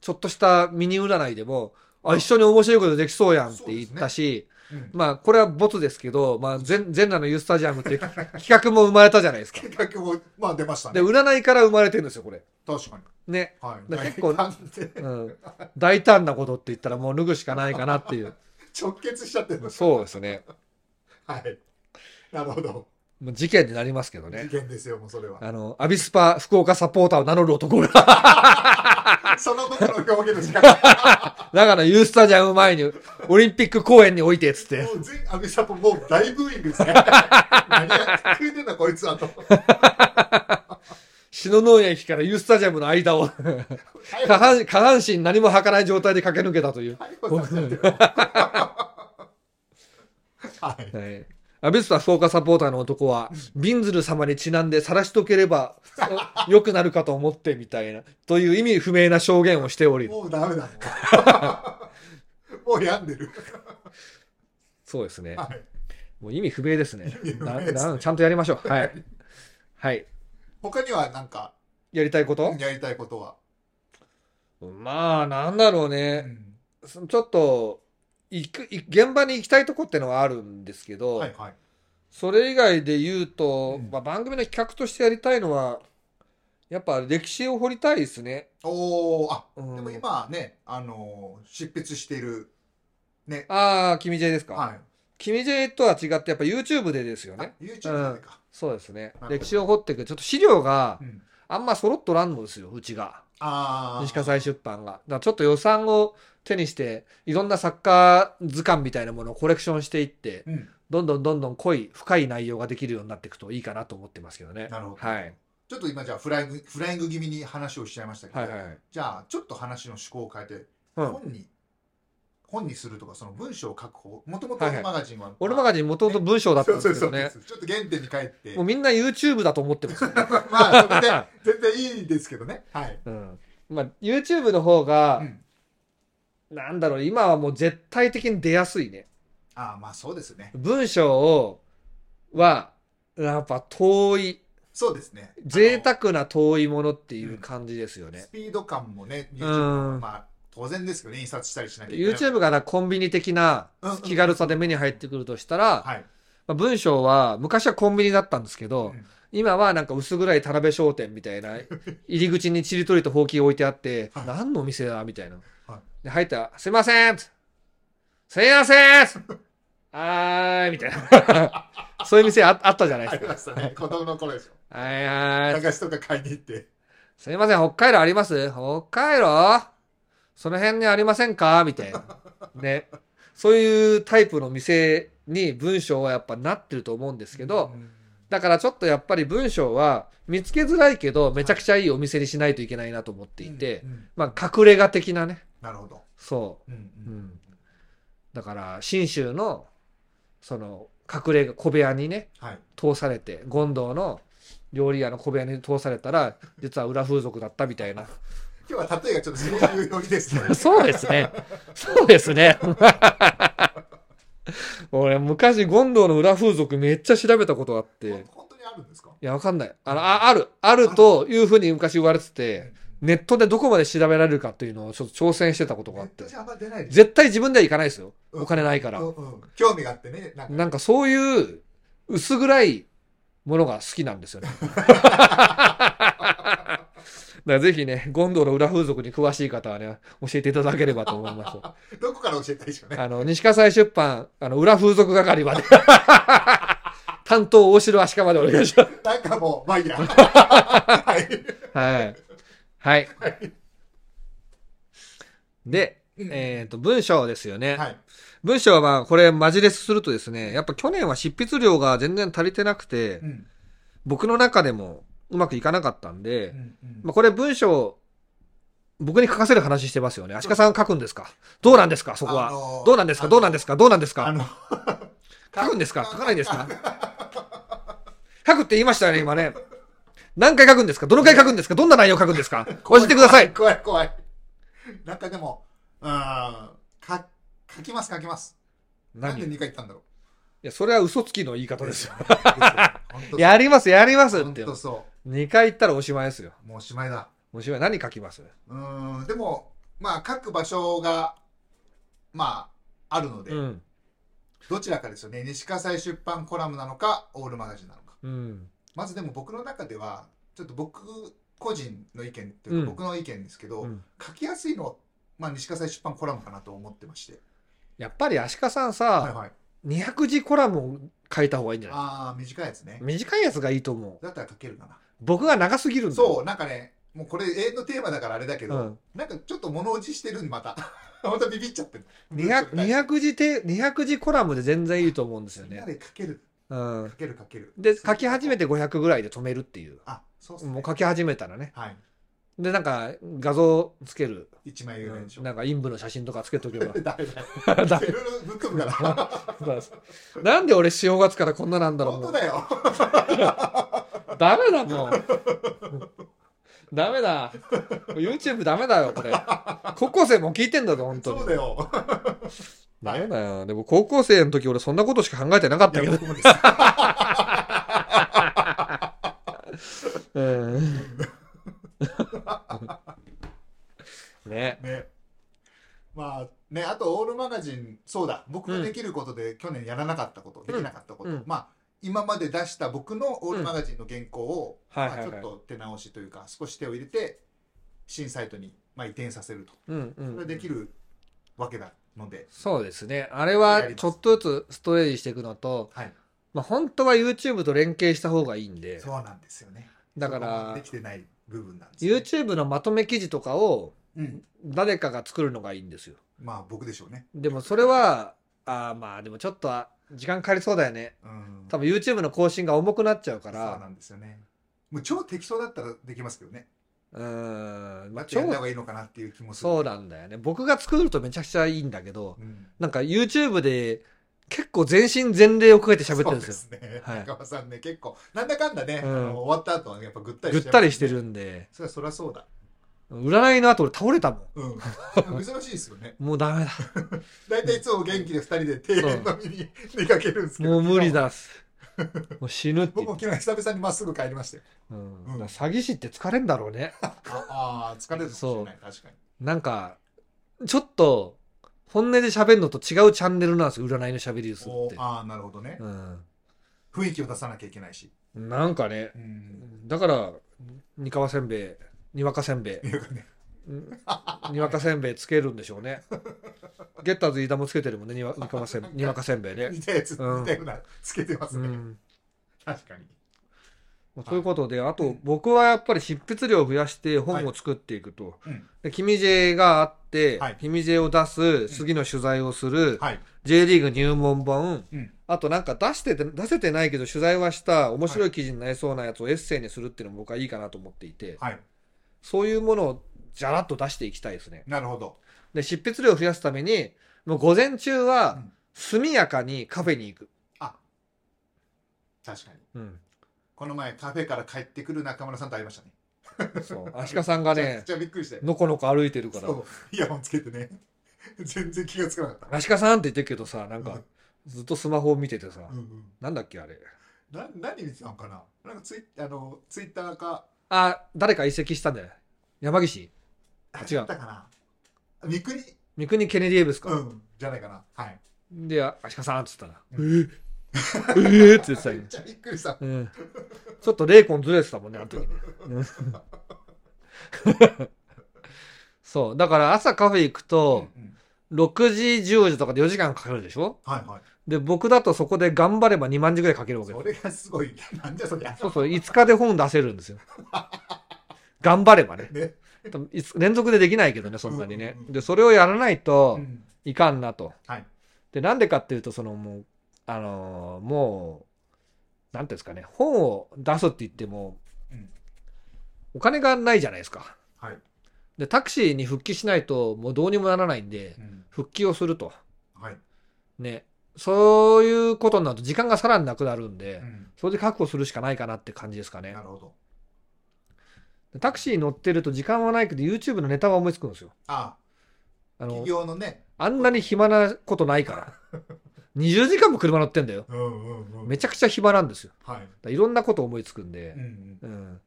[SPEAKER 2] ちょっとしたミニ占いでも、あ、一緒に面白いことできそうやんって言ったし、
[SPEAKER 1] うん
[SPEAKER 2] まあ、これはボツですけど、まあ、全全裸のユースタジアムっていう 企画も生まれたじゃないですか。
[SPEAKER 1] 結局もまあ出ました
[SPEAKER 2] で、
[SPEAKER 1] ね。
[SPEAKER 2] 占いから生まれてるんですよ、これ。
[SPEAKER 1] 確かに。
[SPEAKER 2] ね。
[SPEAKER 1] はい。
[SPEAKER 2] だから結構
[SPEAKER 1] 大胆で
[SPEAKER 2] うん、大胆なことって言ったらもう脱ぐしかないかなっていう。
[SPEAKER 1] 直結しちゃってるんです。
[SPEAKER 2] そうですね。
[SPEAKER 1] はい。なるほど。
[SPEAKER 2] もう事件になりますけどね
[SPEAKER 1] 事。件ですよ、もうそれは。
[SPEAKER 2] あの、アビスパ福岡サポーターを名乗る男が、
[SPEAKER 1] その時の表現の仕方、
[SPEAKER 2] 長野ユースタジアム前にオリンピック公園に置いてっつって
[SPEAKER 1] も。う全安倍さんももう大ブーイングですね。何やってんだこいつはと。
[SPEAKER 2] 篠ノ井駅からユースタジアムの間を 下半、下半身何も履かない状態で駆け抜けたという。
[SPEAKER 1] 逮捕されちゃってるはい。
[SPEAKER 2] はい。アビスパ福岡サポーターの男は、ビンズル様にちなんで晒しとければ 良くなるかと思ってみたいな、という意味不明な証言をしており、
[SPEAKER 1] もうダメだもう。もう病んでる。
[SPEAKER 2] そうですね。
[SPEAKER 1] はい。
[SPEAKER 2] もう意味不明ですね。
[SPEAKER 1] 意味不明
[SPEAKER 2] な
[SPEAKER 1] ですね
[SPEAKER 2] なちゃんとやりましょう。はい。はい。
[SPEAKER 1] 他にはなんか、
[SPEAKER 2] やりたいこと、
[SPEAKER 1] やりたいことは。
[SPEAKER 2] まあ、なんだろう
[SPEAKER 1] う
[SPEAKER 2] ね。
[SPEAKER 1] ん
[SPEAKER 2] そのちょっと、行く、い現場に行きたいとこってのはあるんですけど、
[SPEAKER 1] はいはい。
[SPEAKER 2] それ以外で言うと、
[SPEAKER 1] うん
[SPEAKER 2] まあ、番組の企画としてやりたいのは、やっぱ歴史を掘りたいですね。
[SPEAKER 1] おおあ
[SPEAKER 2] うん
[SPEAKER 1] でも今ねあのー執筆しているね
[SPEAKER 2] ああ、君 J ですか。
[SPEAKER 1] は
[SPEAKER 2] 君 J とは違って、やっぱ YouTube でですよ
[SPEAKER 1] い、
[SPEAKER 2] ね。
[SPEAKER 1] あ YouTube でか、
[SPEAKER 2] そうですね
[SPEAKER 1] なるほ。ど
[SPEAKER 2] 歴史を掘っていく。ちょっと資料が
[SPEAKER 1] うん
[SPEAKER 2] あんま揃っとらんのですよ、うちが。
[SPEAKER 1] ああ
[SPEAKER 2] 西葛西出版が。だからちょっと予算を手にして、いろんな作家図鑑みたいなものをコレクションしていって、
[SPEAKER 1] うん
[SPEAKER 2] どんどんどんどん濃い、深い内容ができるようになっていくといいかなと思ってますけどね。
[SPEAKER 1] なるほど
[SPEAKER 2] はい。
[SPEAKER 1] ちょっと今じゃあフライングフライング気味に話をしちゃいましたけど、
[SPEAKER 2] はいはいはい。
[SPEAKER 1] じゃあちょっと話の思考を変えて、
[SPEAKER 2] うん。
[SPEAKER 1] 本に本にするとかその文章を書く方もともと
[SPEAKER 2] はいはい
[SPEAKER 1] マガジンは、
[SPEAKER 2] 俺マガジンもともと文章だったんですけどね
[SPEAKER 1] そう。そうそうそうちょっと原点に帰って
[SPEAKER 2] もうみんな YouTube だと思ってます よね。
[SPEAKER 1] まあそれで全然いいですけどねはい、
[SPEAKER 2] うん。まあ YouTube の方が、
[SPEAKER 1] うん、
[SPEAKER 2] なんだろう、今はもう絶対的に出やすいね。
[SPEAKER 1] ああまあそうですね
[SPEAKER 2] 文章を、は、やっぱ遠い、
[SPEAKER 1] そうですね
[SPEAKER 2] 贅沢な遠いものっていう感じですよね
[SPEAKER 1] ス。ピード感もね、
[SPEAKER 2] う
[SPEAKER 1] YouTube
[SPEAKER 2] ん。
[SPEAKER 1] まあ当然ですけどね、印刷したりしなきゃいけない。
[SPEAKER 2] YouTube がなコンビニ的な
[SPEAKER 1] うん
[SPEAKER 2] 気軽さで目に入ってくるとしたら、
[SPEAKER 1] はい。
[SPEAKER 2] まあ文章は昔はコンビニだったんですけど、
[SPEAKER 1] うん
[SPEAKER 2] 今はなんか薄暗い田辺商店みた いな入り口にちりとりとほうき置いてあって、
[SPEAKER 1] はい
[SPEAKER 2] 何のお店だみたいな、
[SPEAKER 1] は
[SPEAKER 2] で入ったら「すいません!」すいません!」はーいみた いなそういう店ああったじゃない
[SPEAKER 1] あり
[SPEAKER 2] です
[SPEAKER 1] ま
[SPEAKER 2] か
[SPEAKER 1] したね。子供の頃でしょ。
[SPEAKER 2] 「はいは
[SPEAKER 1] 駄
[SPEAKER 2] ーい
[SPEAKER 1] 菓子とか買いに行って。
[SPEAKER 2] すいません北海道あります北海道その辺にありませんか?」みたいなねそういうタイプの店に文章はやっぱなってると思うんですけど、
[SPEAKER 1] うん
[SPEAKER 2] だからちょっとやっぱり文章は見つけづらいけど、めちゃくちゃいいお店にしないといけないなと思っていて、
[SPEAKER 1] うんうん
[SPEAKER 2] まあ隠れ家的なね、
[SPEAKER 1] なるほど。
[SPEAKER 2] そ
[SPEAKER 1] うん
[SPEAKER 2] う。う
[SPEAKER 1] うん
[SPEAKER 2] ん。だから、信州の、その、隠れ家、小部屋にね、
[SPEAKER 1] はい。
[SPEAKER 2] 通されて、権藤の料理屋の小部屋に通されたら、実は裏風俗だったみたいな。
[SPEAKER 1] 今日は例えがちょっとそういうよりですね。
[SPEAKER 2] そうですね。そうですね。 俺、昔、権藤の裏風俗めっちゃ調べたことあって。
[SPEAKER 1] ほん本当にあるんですか
[SPEAKER 2] いや、わかんない。あの、あ、ある。あるというふうに昔言われてて、ネットでどこまで調べられるかっていうのをちょっと挑戦してたこと
[SPEAKER 1] ネ
[SPEAKER 2] があっ
[SPEAKER 1] ッ
[SPEAKER 2] て
[SPEAKER 1] ト。じゃあんま出ないです
[SPEAKER 2] 絶対自分では行かないですよ。
[SPEAKER 1] うん
[SPEAKER 2] お金ないか。
[SPEAKER 1] から興味があってね。なんか
[SPEAKER 2] なんかそういう薄暗いものが好きな んですよね。だからぜひね、ゴンドの裏風俗に詳しい方はね、教えていただければと思います。
[SPEAKER 1] どこから教えたらいいでしょう ね。
[SPEAKER 2] あの、西葛西出版、あの、裏風俗 係まで。担当大城足利までお願いします。
[SPEAKER 1] なんかもう、まあ いいや。はい。
[SPEAKER 2] はい。はい。で、えっ、と、文章ですよね。
[SPEAKER 1] はい。
[SPEAKER 2] 文章はまあ、これ、マジレスするとですね、やっぱ去年は執筆量が全然足りてなくて
[SPEAKER 1] う、ん
[SPEAKER 2] 僕の中でもうまくいかなかったん
[SPEAKER 1] う
[SPEAKER 2] で、
[SPEAKER 1] んうん
[SPEAKER 2] まあ、これ文章、僕に書かせる話してますよね。足利さん書くんですかどうなんですかそこ
[SPEAKER 1] あ
[SPEAKER 2] は。
[SPEAKER 1] のー
[SPEAKER 2] どうなんですかどうなんですかどうなんです
[SPEAKER 1] あ
[SPEAKER 2] か
[SPEAKER 1] の、
[SPEAKER 2] 書くんですか書かないんですか書くって言いましたよね、今ね。何回書くんですかどの回書くんですかどんな内容書くんですか教えてください。
[SPEAKER 1] 怖い怖い。なんかでも、うん、か、書きます書きます。なん
[SPEAKER 2] 何
[SPEAKER 1] で
[SPEAKER 2] い
[SPEAKER 1] 2回言ったんだろ
[SPEAKER 2] や、それは嘘つきの言い方
[SPEAKER 1] う。
[SPEAKER 2] ですよ。
[SPEAKER 1] 本当そう
[SPEAKER 2] やります、やりますっ
[SPEAKER 1] 本
[SPEAKER 2] て
[SPEAKER 1] 当。そ
[SPEAKER 2] 2回言ったらおしまいですよ。
[SPEAKER 1] う。もうおしまいだ。
[SPEAKER 2] おしまい。何書きます
[SPEAKER 1] うん、でも、まあ、書く場所が、まあ、あるので、
[SPEAKER 2] うん。
[SPEAKER 1] どちらかですよね。西葛西出版コラムなのか、オールマガジンなのか。
[SPEAKER 2] うん。
[SPEAKER 1] まずでも僕の中では、ちょっと僕個人の意見っていう
[SPEAKER 2] うん
[SPEAKER 1] か、僕の意見ですけど、
[SPEAKER 2] うん
[SPEAKER 1] 書きやすいのは、まあ、西葛西出版コラムかなと思ってまして。
[SPEAKER 2] やっぱり足利さん
[SPEAKER 1] はい
[SPEAKER 2] さ、
[SPEAKER 1] はい。
[SPEAKER 2] 200字コラムを書いた方がいいんじゃない
[SPEAKER 1] ああ、短いやつね。
[SPEAKER 2] 短いやつがいいと思う。
[SPEAKER 1] だったら書けるかな。
[SPEAKER 2] 僕が長すぎるんだ
[SPEAKER 1] そう
[SPEAKER 2] よ。
[SPEAKER 1] なんかねもうこれ永遠のテーマだからあれだけど、
[SPEAKER 2] うん
[SPEAKER 1] なんかちょっと物落ちしてるんまた またビビっちゃってる
[SPEAKER 2] 200
[SPEAKER 1] 200
[SPEAKER 2] 200字て、200字コラムで全然いいと思うんですよ
[SPEAKER 1] みんな
[SPEAKER 2] ね。
[SPEAKER 1] で書ける
[SPEAKER 2] うん
[SPEAKER 1] 書。ける書ける
[SPEAKER 2] で、書き始め
[SPEAKER 1] て
[SPEAKER 2] て500ぐらいで止めるっていう。
[SPEAKER 1] あそうっすね
[SPEAKER 2] もう書き始めたらね。
[SPEAKER 1] はい
[SPEAKER 2] で、なんか、画像つける。
[SPEAKER 1] 一枚上でしょ、。
[SPEAKER 2] うんなんか、陰部の写真とかつけとけば
[SPEAKER 1] だめだ
[SPEAKER 2] ダ
[SPEAKER 1] いろいろぶっ飛ぶ から
[SPEAKER 2] メなんで俺正月からこんななんだろう
[SPEAKER 1] 本
[SPEAKER 2] も
[SPEAKER 1] 当
[SPEAKER 2] う。
[SPEAKER 1] だよ
[SPEAKER 2] ダメだもう。ダメだ。YouTube ダメだよ、これ。高校生も聞いてんだぞ、本当
[SPEAKER 1] そう
[SPEAKER 2] に。
[SPEAKER 1] だ よ
[SPEAKER 2] ダメだよ。でも高校生の時俺そんなことしか考えてなかっ
[SPEAKER 1] い
[SPEAKER 2] た
[SPEAKER 1] や
[SPEAKER 2] けど。
[SPEAKER 1] 僕もです
[SPEAKER 2] うん。ね。
[SPEAKER 1] ねまあねあとオールマガジンそうだ僕ができることで去年やらなかったこと、できなかったこと、
[SPEAKER 2] うん
[SPEAKER 1] まあ今まで出した僕のオールマガジンの原稿を、
[SPEAKER 2] はい
[SPEAKER 1] ま
[SPEAKER 2] は
[SPEAKER 1] あ、
[SPEAKER 2] い
[SPEAKER 1] ちょ
[SPEAKER 2] は
[SPEAKER 1] っ
[SPEAKER 2] い。
[SPEAKER 1] と手直しというか少し手を入れて新サイトに、まあ、移転させると
[SPEAKER 2] うんう
[SPEAKER 1] それ
[SPEAKER 2] ん。
[SPEAKER 1] できるわけなので、
[SPEAKER 2] そうですね。あれ
[SPEAKER 1] や
[SPEAKER 2] は
[SPEAKER 1] ります
[SPEAKER 2] ちょっとずつストレージしていくのと、
[SPEAKER 1] はい、
[SPEAKER 2] まあ本当は YouTube と連携した方がいいんで、
[SPEAKER 1] そうなんですよね
[SPEAKER 2] だか
[SPEAKER 1] そこが
[SPEAKER 2] ら
[SPEAKER 1] できてない部分なんです、ね、
[SPEAKER 2] YouTube のまとめ記事とかを
[SPEAKER 1] うん、
[SPEAKER 2] 誰かが作るのがいいんですよ。
[SPEAKER 1] まあ僕でしょうね
[SPEAKER 2] でもそれは、ああまあでもちょっとは時間かかりそうだよね。
[SPEAKER 1] うん
[SPEAKER 2] 多分 YouTube の更新が重くなっちゃう
[SPEAKER 1] そ
[SPEAKER 2] か
[SPEAKER 1] う
[SPEAKER 2] ら
[SPEAKER 1] な、んですよねもう超適当だったらできますけどね
[SPEAKER 2] うーん、
[SPEAKER 1] だ
[SPEAKER 2] まあ
[SPEAKER 1] ってや
[SPEAKER 2] 超
[SPEAKER 1] んだ方がいいのかなっていう気もする
[SPEAKER 2] そうなんだよね。僕が作るとめちゃくちゃいいんだけど、
[SPEAKER 1] うん
[SPEAKER 2] なんか YouTube で結構全身全霊をかけて喋ってるんですよ。
[SPEAKER 1] そうですね。
[SPEAKER 2] はい
[SPEAKER 1] 中川さんね、結構、なんだかんだね、
[SPEAKER 2] うん
[SPEAKER 1] あの終わった後はやっぱぐったり
[SPEAKER 2] ぐ
[SPEAKER 1] し
[SPEAKER 2] ってたりして。るんで、
[SPEAKER 1] そりゃそりゃそうだ。
[SPEAKER 2] 占いの後俺倒れたも
[SPEAKER 1] うん。珍しいですよね。
[SPEAKER 2] ん。もうダメだ。
[SPEAKER 1] 大体いつも元気で二人で庭園飲みに出かけるんですけど。
[SPEAKER 2] もう無理。だっす。 もう死ぬって言
[SPEAKER 1] 僕も
[SPEAKER 2] って。
[SPEAKER 1] 昨日久々にまっすぐ帰りましたよ。
[SPEAKER 2] うん
[SPEAKER 1] うん
[SPEAKER 2] だから詐欺師って疲れんだろうね。
[SPEAKER 1] ああー、疲れるかもしれない。確かに。
[SPEAKER 2] なんか、ちょっと、本音で喋るのと違うチャンネルなんですよ。占いの喋りをする
[SPEAKER 1] お
[SPEAKER 2] って。
[SPEAKER 1] ああ、なるほどね。
[SPEAKER 2] う
[SPEAKER 1] 雰囲気を出さなきゃいけないし。
[SPEAKER 2] ん。なんかね
[SPEAKER 1] う、ん。
[SPEAKER 2] だから、にかわせんべい、にわかせんべい
[SPEAKER 1] って、いうかね。
[SPEAKER 2] うんにわかせんべいつけるんでしょうね。ゲッターズ飯田もつけてるもんね、にわにかわせんにわかせんべいね。
[SPEAKER 1] 似たやつ、似た
[SPEAKER 2] うん
[SPEAKER 1] ような、つけてます
[SPEAKER 2] う
[SPEAKER 1] ね。
[SPEAKER 2] ん。
[SPEAKER 1] 確かに。
[SPEAKER 2] ということで、あと僕はやっぱり執筆量を増やして本を作っていくと。
[SPEAKER 1] うん。
[SPEAKER 2] で君 J があって
[SPEAKER 1] はい、
[SPEAKER 2] 君 J を出す、次の取材をする、
[SPEAKER 1] はい。
[SPEAKER 2] J リーグ入門本、
[SPEAKER 1] うん
[SPEAKER 2] あとなんか出してて、出せてないけど取材はした面白い記事になりそうなやつをエッセイにするっていうのも僕はいいかなと思っていて、
[SPEAKER 1] はい。
[SPEAKER 2] そういうものをじゃらっと出していきたいですね。
[SPEAKER 1] なるほど。
[SPEAKER 2] で、執筆量を増やすために、もう午前中
[SPEAKER 1] う
[SPEAKER 2] は
[SPEAKER 1] ん
[SPEAKER 2] 速やかにカフェに行く。
[SPEAKER 1] あ、確かに。
[SPEAKER 2] うん。
[SPEAKER 1] この前カフェから帰ってくる中村さんと会いましたね。
[SPEAKER 2] そう。アシカさんが
[SPEAKER 1] めちゃ
[SPEAKER 2] ね
[SPEAKER 1] く、ちゃびっくりして。
[SPEAKER 2] のこのこ歩いてるから
[SPEAKER 1] そ、う、イヤホンつけてね。 全然気がつかなかった。
[SPEAKER 2] アシカさんって言ってるけどさ、なん
[SPEAKER 1] う
[SPEAKER 2] か
[SPEAKER 1] ん
[SPEAKER 2] ずっとスマホを見ててさ、
[SPEAKER 1] うんうん。
[SPEAKER 2] なんだっけあれ。
[SPEAKER 1] な何見てたのかななんかツイあのツイッターか、
[SPEAKER 2] あ、誰か移籍したんじゃない山岸違う
[SPEAKER 1] あったかな三国
[SPEAKER 2] 三国ケネディエブスか。
[SPEAKER 1] うん、じゃないかな。はい。
[SPEAKER 2] で、あアシカさんって言ったら、
[SPEAKER 1] う
[SPEAKER 2] えええって言ってた
[SPEAKER 1] め
[SPEAKER 2] よ
[SPEAKER 1] っ。ちゃびっくりした。
[SPEAKER 2] うん。ちょっと霊魂ずれてたもんね、あの 時ね。うんそう。だから朝カフェ行くと、
[SPEAKER 1] うんうん
[SPEAKER 2] 6時、10時とかで4時間かかるでしょ
[SPEAKER 1] はいはい。
[SPEAKER 2] で、僕だとそこで頑張れば2万字ぐらいかけるわけで
[SPEAKER 1] そ
[SPEAKER 2] す。
[SPEAKER 1] れがすごい。 なんじゃそりゃ。
[SPEAKER 2] そうそう、5日で本出せるんですよ。頑張ればね。
[SPEAKER 1] ね。
[SPEAKER 2] 多分いつ連続でできないけどね、そんなにね
[SPEAKER 1] うんうん。うん
[SPEAKER 2] で、それをやらないうと
[SPEAKER 1] ん
[SPEAKER 2] いかんなと。
[SPEAKER 1] はい。
[SPEAKER 2] で、なんでかっていうと、そのもう、あのーもう、なんていうんですかね、本を出すって言っても、
[SPEAKER 1] うん
[SPEAKER 2] お金がないじゃないですか。
[SPEAKER 1] はい。
[SPEAKER 2] で、タクシーに復帰しないと、もうどうにもならないんで
[SPEAKER 1] う、ん
[SPEAKER 2] 復帰をすると。
[SPEAKER 1] はい。
[SPEAKER 2] ね。そういうことになると、時間がさらになくなるんで、
[SPEAKER 1] うん
[SPEAKER 2] それで確保するしかないかなって感じですかね
[SPEAKER 1] な。るほど。
[SPEAKER 2] でタクシーに乗ってると時間はないけど、YouTube のネタが思いつくんですよ。
[SPEAKER 1] あ、
[SPEAKER 2] あの
[SPEAKER 1] 企、業のね。
[SPEAKER 2] あんなに暇なことな いから。20時間も車乗ってんだよ。
[SPEAKER 1] うんうんうん。
[SPEAKER 2] めちゃくちゃ暇なんですよ。
[SPEAKER 1] はい。
[SPEAKER 2] だからいろんなこと思いつくんで。
[SPEAKER 1] うんうん。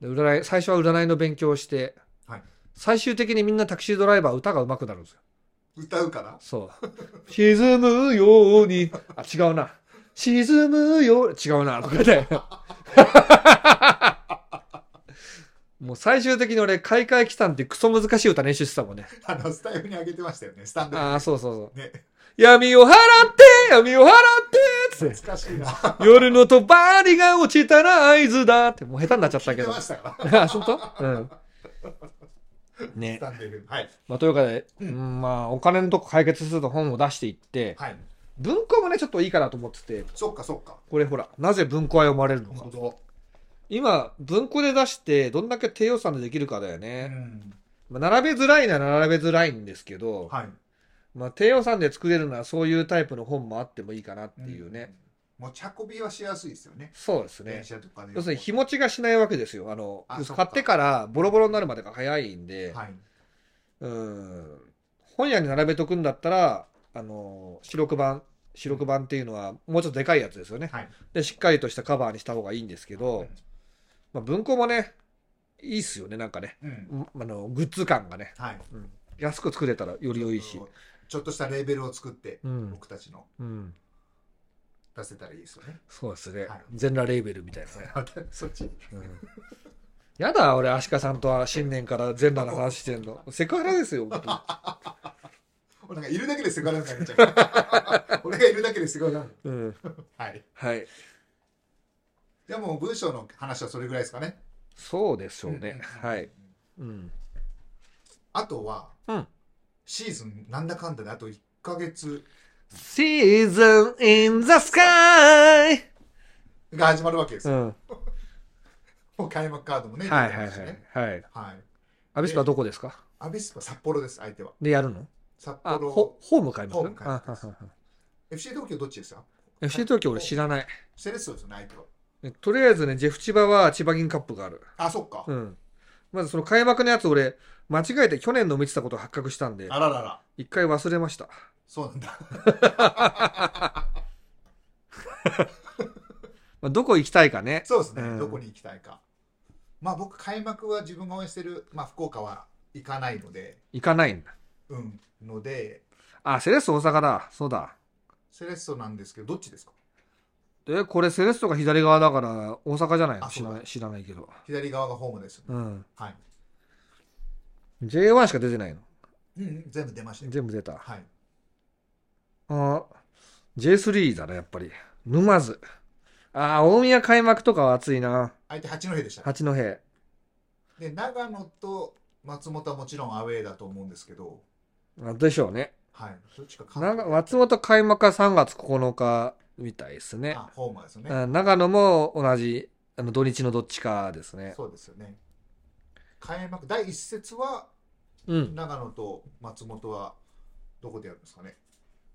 [SPEAKER 2] うん、で占い最初は占いの勉強をして、
[SPEAKER 1] はい
[SPEAKER 2] 最終的にみんなタクシードライバー歌が上手くなるんですよ
[SPEAKER 1] 歌うから
[SPEAKER 2] そう 沈むようにあ違うな沈むよう違うなとか でもう最終的に俺開会期間ってクソ難しい歌練習してたもんね
[SPEAKER 1] あの、スタイフに上げてましたよね。スタンドに
[SPEAKER 2] ああそうそうそう
[SPEAKER 1] ね。
[SPEAKER 2] 闇を払って闇を払ってつって
[SPEAKER 1] 懐かしいな。
[SPEAKER 2] 夜のとばりが落ちたら合図だってもう下手になっちゃった
[SPEAKER 1] 聞い
[SPEAKER 2] け
[SPEAKER 1] て
[SPEAKER 2] ど
[SPEAKER 1] ましたから。
[SPEAKER 2] あ、本当？うん。ね
[SPEAKER 1] ス。タンド FM はい。
[SPEAKER 2] まあ、というかで、
[SPEAKER 1] うん
[SPEAKER 2] うんまあ、お金のとこ解決すると本を出していって、
[SPEAKER 1] はい。
[SPEAKER 2] 文庫もね、ちょっといいかなと思ってて、
[SPEAKER 1] そっかそっか。
[SPEAKER 2] これほら、なぜ文庫は読まれるのか
[SPEAKER 1] 本。当
[SPEAKER 2] 今、文庫で出して、どんだけ低予算でできるかだよ
[SPEAKER 1] だ。う
[SPEAKER 2] ね。
[SPEAKER 1] ん。
[SPEAKER 2] まあ、並べづらいなら並べづらいんですけど、
[SPEAKER 1] はい。っ
[SPEAKER 2] まあ、低予算で作れるならそういうタイプの本もあってもいいかなっていうね。。
[SPEAKER 1] 持ち運びはしやすいですよね。
[SPEAKER 2] そうです
[SPEAKER 1] 電
[SPEAKER 2] ね。
[SPEAKER 1] 車とかで。
[SPEAKER 2] 要するに日持ちがしないわけですよ。あの、
[SPEAKER 1] あ
[SPEAKER 2] 要す
[SPEAKER 1] そ
[SPEAKER 2] る
[SPEAKER 1] っ
[SPEAKER 2] に買
[SPEAKER 1] か
[SPEAKER 2] ってからボロボロになるまでが早いんで、
[SPEAKER 1] はい。
[SPEAKER 2] うん本屋に並べとくんだったら、あのー、四六番、四六番っていうのは、もうちょっとでかいやつですよね。
[SPEAKER 1] はい。
[SPEAKER 2] で、しっかりとしたカバーにした方がいいんですけど、まあ、文庫もね、いいっすよね、なんかね。
[SPEAKER 1] うん。
[SPEAKER 2] うんあの、グッズ感がね。
[SPEAKER 1] はい。
[SPEAKER 2] うん安く作れたらより良いし。。
[SPEAKER 1] ちょっとしたレーベルを作って、
[SPEAKER 2] うん。
[SPEAKER 1] 僕たちの。
[SPEAKER 2] うん。
[SPEAKER 1] 出せたらいいですよね。
[SPEAKER 2] そうですね
[SPEAKER 1] はい。
[SPEAKER 2] 全裸レーベルみたいなね。
[SPEAKER 1] あで そっち
[SPEAKER 2] うんやだ、俺、アシカさんとは新年から全裸の話してんの。セクハラですよ、本当に
[SPEAKER 1] 俺なんかいるだけでセクハラになっちゃう。俺がい るだけでセクハラになる。
[SPEAKER 2] うん。
[SPEAKER 1] はい。
[SPEAKER 2] はい。
[SPEAKER 1] じゃあもう文章の話はそれぐらいですかね。
[SPEAKER 2] そうでしょう
[SPEAKER 1] うん
[SPEAKER 2] ね。はい。うん。
[SPEAKER 1] あとは、
[SPEAKER 2] うん
[SPEAKER 1] シーズンなんだかんだであと1ヶ月
[SPEAKER 2] Season in the sky!
[SPEAKER 1] が始まるわけです
[SPEAKER 2] う
[SPEAKER 1] よ。
[SPEAKER 2] ん。は
[SPEAKER 1] もう開幕カードもね。
[SPEAKER 2] いはいは
[SPEAKER 1] 出て
[SPEAKER 2] い
[SPEAKER 1] ますしね。
[SPEAKER 2] はい。
[SPEAKER 1] はい。
[SPEAKER 2] アビスパどこですか
[SPEAKER 1] アビスパ札幌です、相手は。
[SPEAKER 2] でやるの
[SPEAKER 1] 札
[SPEAKER 2] あ、
[SPEAKER 1] 幌。
[SPEAKER 2] ほホーム買います
[SPEAKER 1] ホーム買います
[SPEAKER 2] ああああ
[SPEAKER 1] FC 東京どっちですか
[SPEAKER 2] あ FC 東京俺知らない。
[SPEAKER 1] セレッソですよね、相手は。
[SPEAKER 2] ねとりあえずね、ジェフ千葉は千葉銀カップがある。
[SPEAKER 1] あ、そっか。
[SPEAKER 2] うん。まずその開幕のやつ俺、間違えて去年の見てたこと発覚したんで、
[SPEAKER 1] あららら。
[SPEAKER 2] 一回忘れました。
[SPEAKER 1] そうなんだ。
[SPEAKER 2] まあ、どこ行きたいかね。
[SPEAKER 1] そうですね、
[SPEAKER 2] うん
[SPEAKER 1] どこに行きたいか。まあ僕、開幕は自分が応援してる、まあ福岡は行かないので、
[SPEAKER 2] 行かないんだ。
[SPEAKER 1] うん、ので、
[SPEAKER 2] あ、セレッソ大阪だ。そうだ。
[SPEAKER 1] セレッソなんですけど、どっちですか
[SPEAKER 2] で、これセレッソが左側だから大阪じゃないの
[SPEAKER 1] あ
[SPEAKER 2] 知
[SPEAKER 1] そう
[SPEAKER 2] ら
[SPEAKER 1] だ
[SPEAKER 2] ない知らないけど。
[SPEAKER 1] 左側がホームです。
[SPEAKER 2] うん。
[SPEAKER 1] はい。
[SPEAKER 2] J1 しか出てないの。
[SPEAKER 1] うんうん、全部出ましたよ。
[SPEAKER 2] 全部出た。
[SPEAKER 1] はい。
[SPEAKER 2] あー J3 だね、やっぱり。沼津。ああ、大宮開幕とかは熱いな。
[SPEAKER 1] 相手八戸でした。
[SPEAKER 2] 八戸。
[SPEAKER 1] で、長野と松本はもちろんアウェーだと思うんですけど、
[SPEAKER 2] あでしょうね。
[SPEAKER 1] はい。どっちか関
[SPEAKER 2] な
[SPEAKER 1] 東
[SPEAKER 2] んか松本開幕は3月9日みたいですね。
[SPEAKER 1] あ、ホームですよね。
[SPEAKER 2] あ長野も同じ、あの土日のどっちかですね。
[SPEAKER 1] そうですよね。開幕第一節は
[SPEAKER 2] うん。
[SPEAKER 1] 長野と松本はどこでやるんですかね。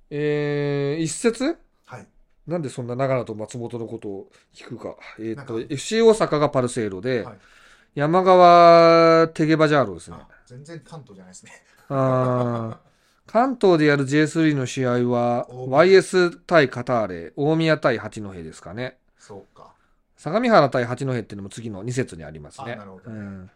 [SPEAKER 2] えー、一節
[SPEAKER 1] はい。
[SPEAKER 2] なんでそんな長野と松本のことを聞くか。えーっと
[SPEAKER 1] なん、か
[SPEAKER 2] FC 大阪がパルセイロで、
[SPEAKER 1] はい
[SPEAKER 2] 山川テゲバジャーロですね
[SPEAKER 1] あ。、全然関東じゃないですね。
[SPEAKER 2] あー関東でやる J3 の試合は、
[SPEAKER 1] 大宮
[SPEAKER 2] YS 対カターレ、大宮対八戸ですかね。
[SPEAKER 1] そうか。
[SPEAKER 2] 相模原対八戸っていうのも次の2節にあります
[SPEAKER 1] あ
[SPEAKER 2] ね
[SPEAKER 1] なるほ。
[SPEAKER 2] う
[SPEAKER 1] どね
[SPEAKER 2] ん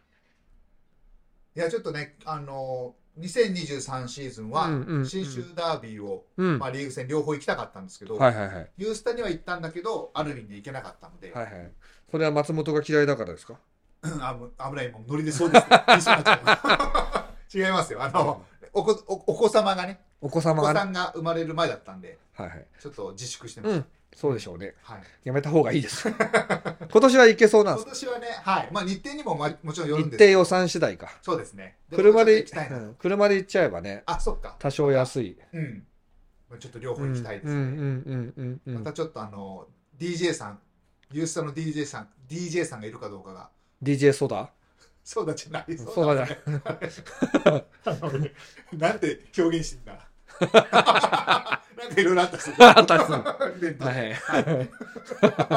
[SPEAKER 1] いや、ちょっとね、あのー、2023シーズンは
[SPEAKER 2] うんうんう、ん
[SPEAKER 1] 新州ダービーを、
[SPEAKER 2] うん。
[SPEAKER 1] ま
[SPEAKER 2] は
[SPEAKER 1] あ、リーグ戦両方行きたかったんですけど、
[SPEAKER 2] いはいはい。はい
[SPEAKER 1] ユースタには行ったんだけど、アルミンで行けなかったので、
[SPEAKER 2] はい。それは松本が嫌いだからですか
[SPEAKER 1] あぶ危ないもん、ノリでそう です、ね、 一緒になっちゃう違いますよ。あの、お子おお子様がね、
[SPEAKER 2] お子
[SPEAKER 1] お
[SPEAKER 2] 様
[SPEAKER 1] 子
[SPEAKER 2] が
[SPEAKER 1] さ
[SPEAKER 2] ね。
[SPEAKER 1] んが生まれる前だったんで、
[SPEAKER 2] はいはい。
[SPEAKER 1] ちょっと自粛してま
[SPEAKER 2] う
[SPEAKER 1] した。
[SPEAKER 2] ん。そうでしょうね。
[SPEAKER 1] はい、
[SPEAKER 2] やめた方がいいです。 今年はいけそうなん
[SPEAKER 1] 今
[SPEAKER 2] ですか
[SPEAKER 1] 年はね、はい、まあ日程にも、まあ、もちろんよるん
[SPEAKER 2] 日
[SPEAKER 1] です
[SPEAKER 2] 程予算次第か。
[SPEAKER 1] そうですね。
[SPEAKER 2] 車で、
[SPEAKER 1] 行きたいな。
[SPEAKER 2] うん車で行っちゃえばね、
[SPEAKER 1] あ、そっか。
[SPEAKER 2] 多少安い。
[SPEAKER 1] うん。まあちょっと両
[SPEAKER 2] う
[SPEAKER 1] 方行
[SPEAKER 2] んう
[SPEAKER 1] き
[SPEAKER 2] ん
[SPEAKER 1] たいです
[SPEAKER 2] う
[SPEAKER 1] ね。
[SPEAKER 2] んうんうんう
[SPEAKER 1] ま
[SPEAKER 2] ん
[SPEAKER 1] た。ちょっとあの DJ さんユースタの DJ さん DJ さんがいるかどうかが
[SPEAKER 2] DJ ソダ
[SPEAKER 1] そうだじゃない
[SPEAKER 2] ソダじゃない。
[SPEAKER 1] ないなんで表現してん だなんかいろいろあったし
[SPEAKER 2] あったっすね
[SPEAKER 1] 連打
[SPEAKER 2] はい。
[SPEAKER 1] なん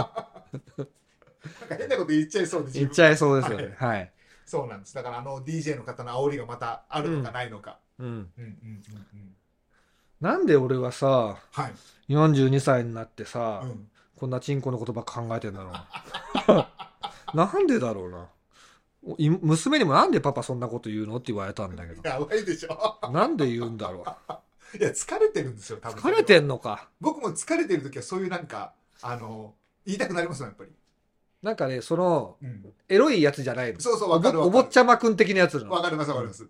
[SPEAKER 1] か変なこと言っちゃいそうで自
[SPEAKER 2] 言っ
[SPEAKER 1] 分
[SPEAKER 2] ちゃいそうですよね。はい。
[SPEAKER 1] そうなんですだからあの DJ の方の煽りがまたあるのかないのか、
[SPEAKER 2] うん。
[SPEAKER 1] うん、うんうんうん
[SPEAKER 2] なんで俺はさ、
[SPEAKER 1] はい、
[SPEAKER 2] 42歳になってさ、
[SPEAKER 1] うん、
[SPEAKER 2] こんなチンコのことばっか考えてんだろう。なん でだろうな。おい娘にもなんでパパそんなこと言うのって言われたんだけど。
[SPEAKER 1] やばいでしょ
[SPEAKER 2] なんで言うんだろ
[SPEAKER 1] いや疲れてるんですよ
[SPEAKER 2] う。
[SPEAKER 1] 多分
[SPEAKER 2] 疲れてんのか。
[SPEAKER 1] 僕も疲れてる時はそういうなんかあの言いたくなりますもんやっぱり、
[SPEAKER 2] なんかね、その、
[SPEAKER 1] うん、
[SPEAKER 2] エロいやつじゃないの。
[SPEAKER 1] そうそう
[SPEAKER 2] お
[SPEAKER 1] わかる
[SPEAKER 2] ぼお
[SPEAKER 1] わか
[SPEAKER 2] 坊
[SPEAKER 1] る
[SPEAKER 2] ちゃまくん的なやつなの。
[SPEAKER 1] わかりますわかります。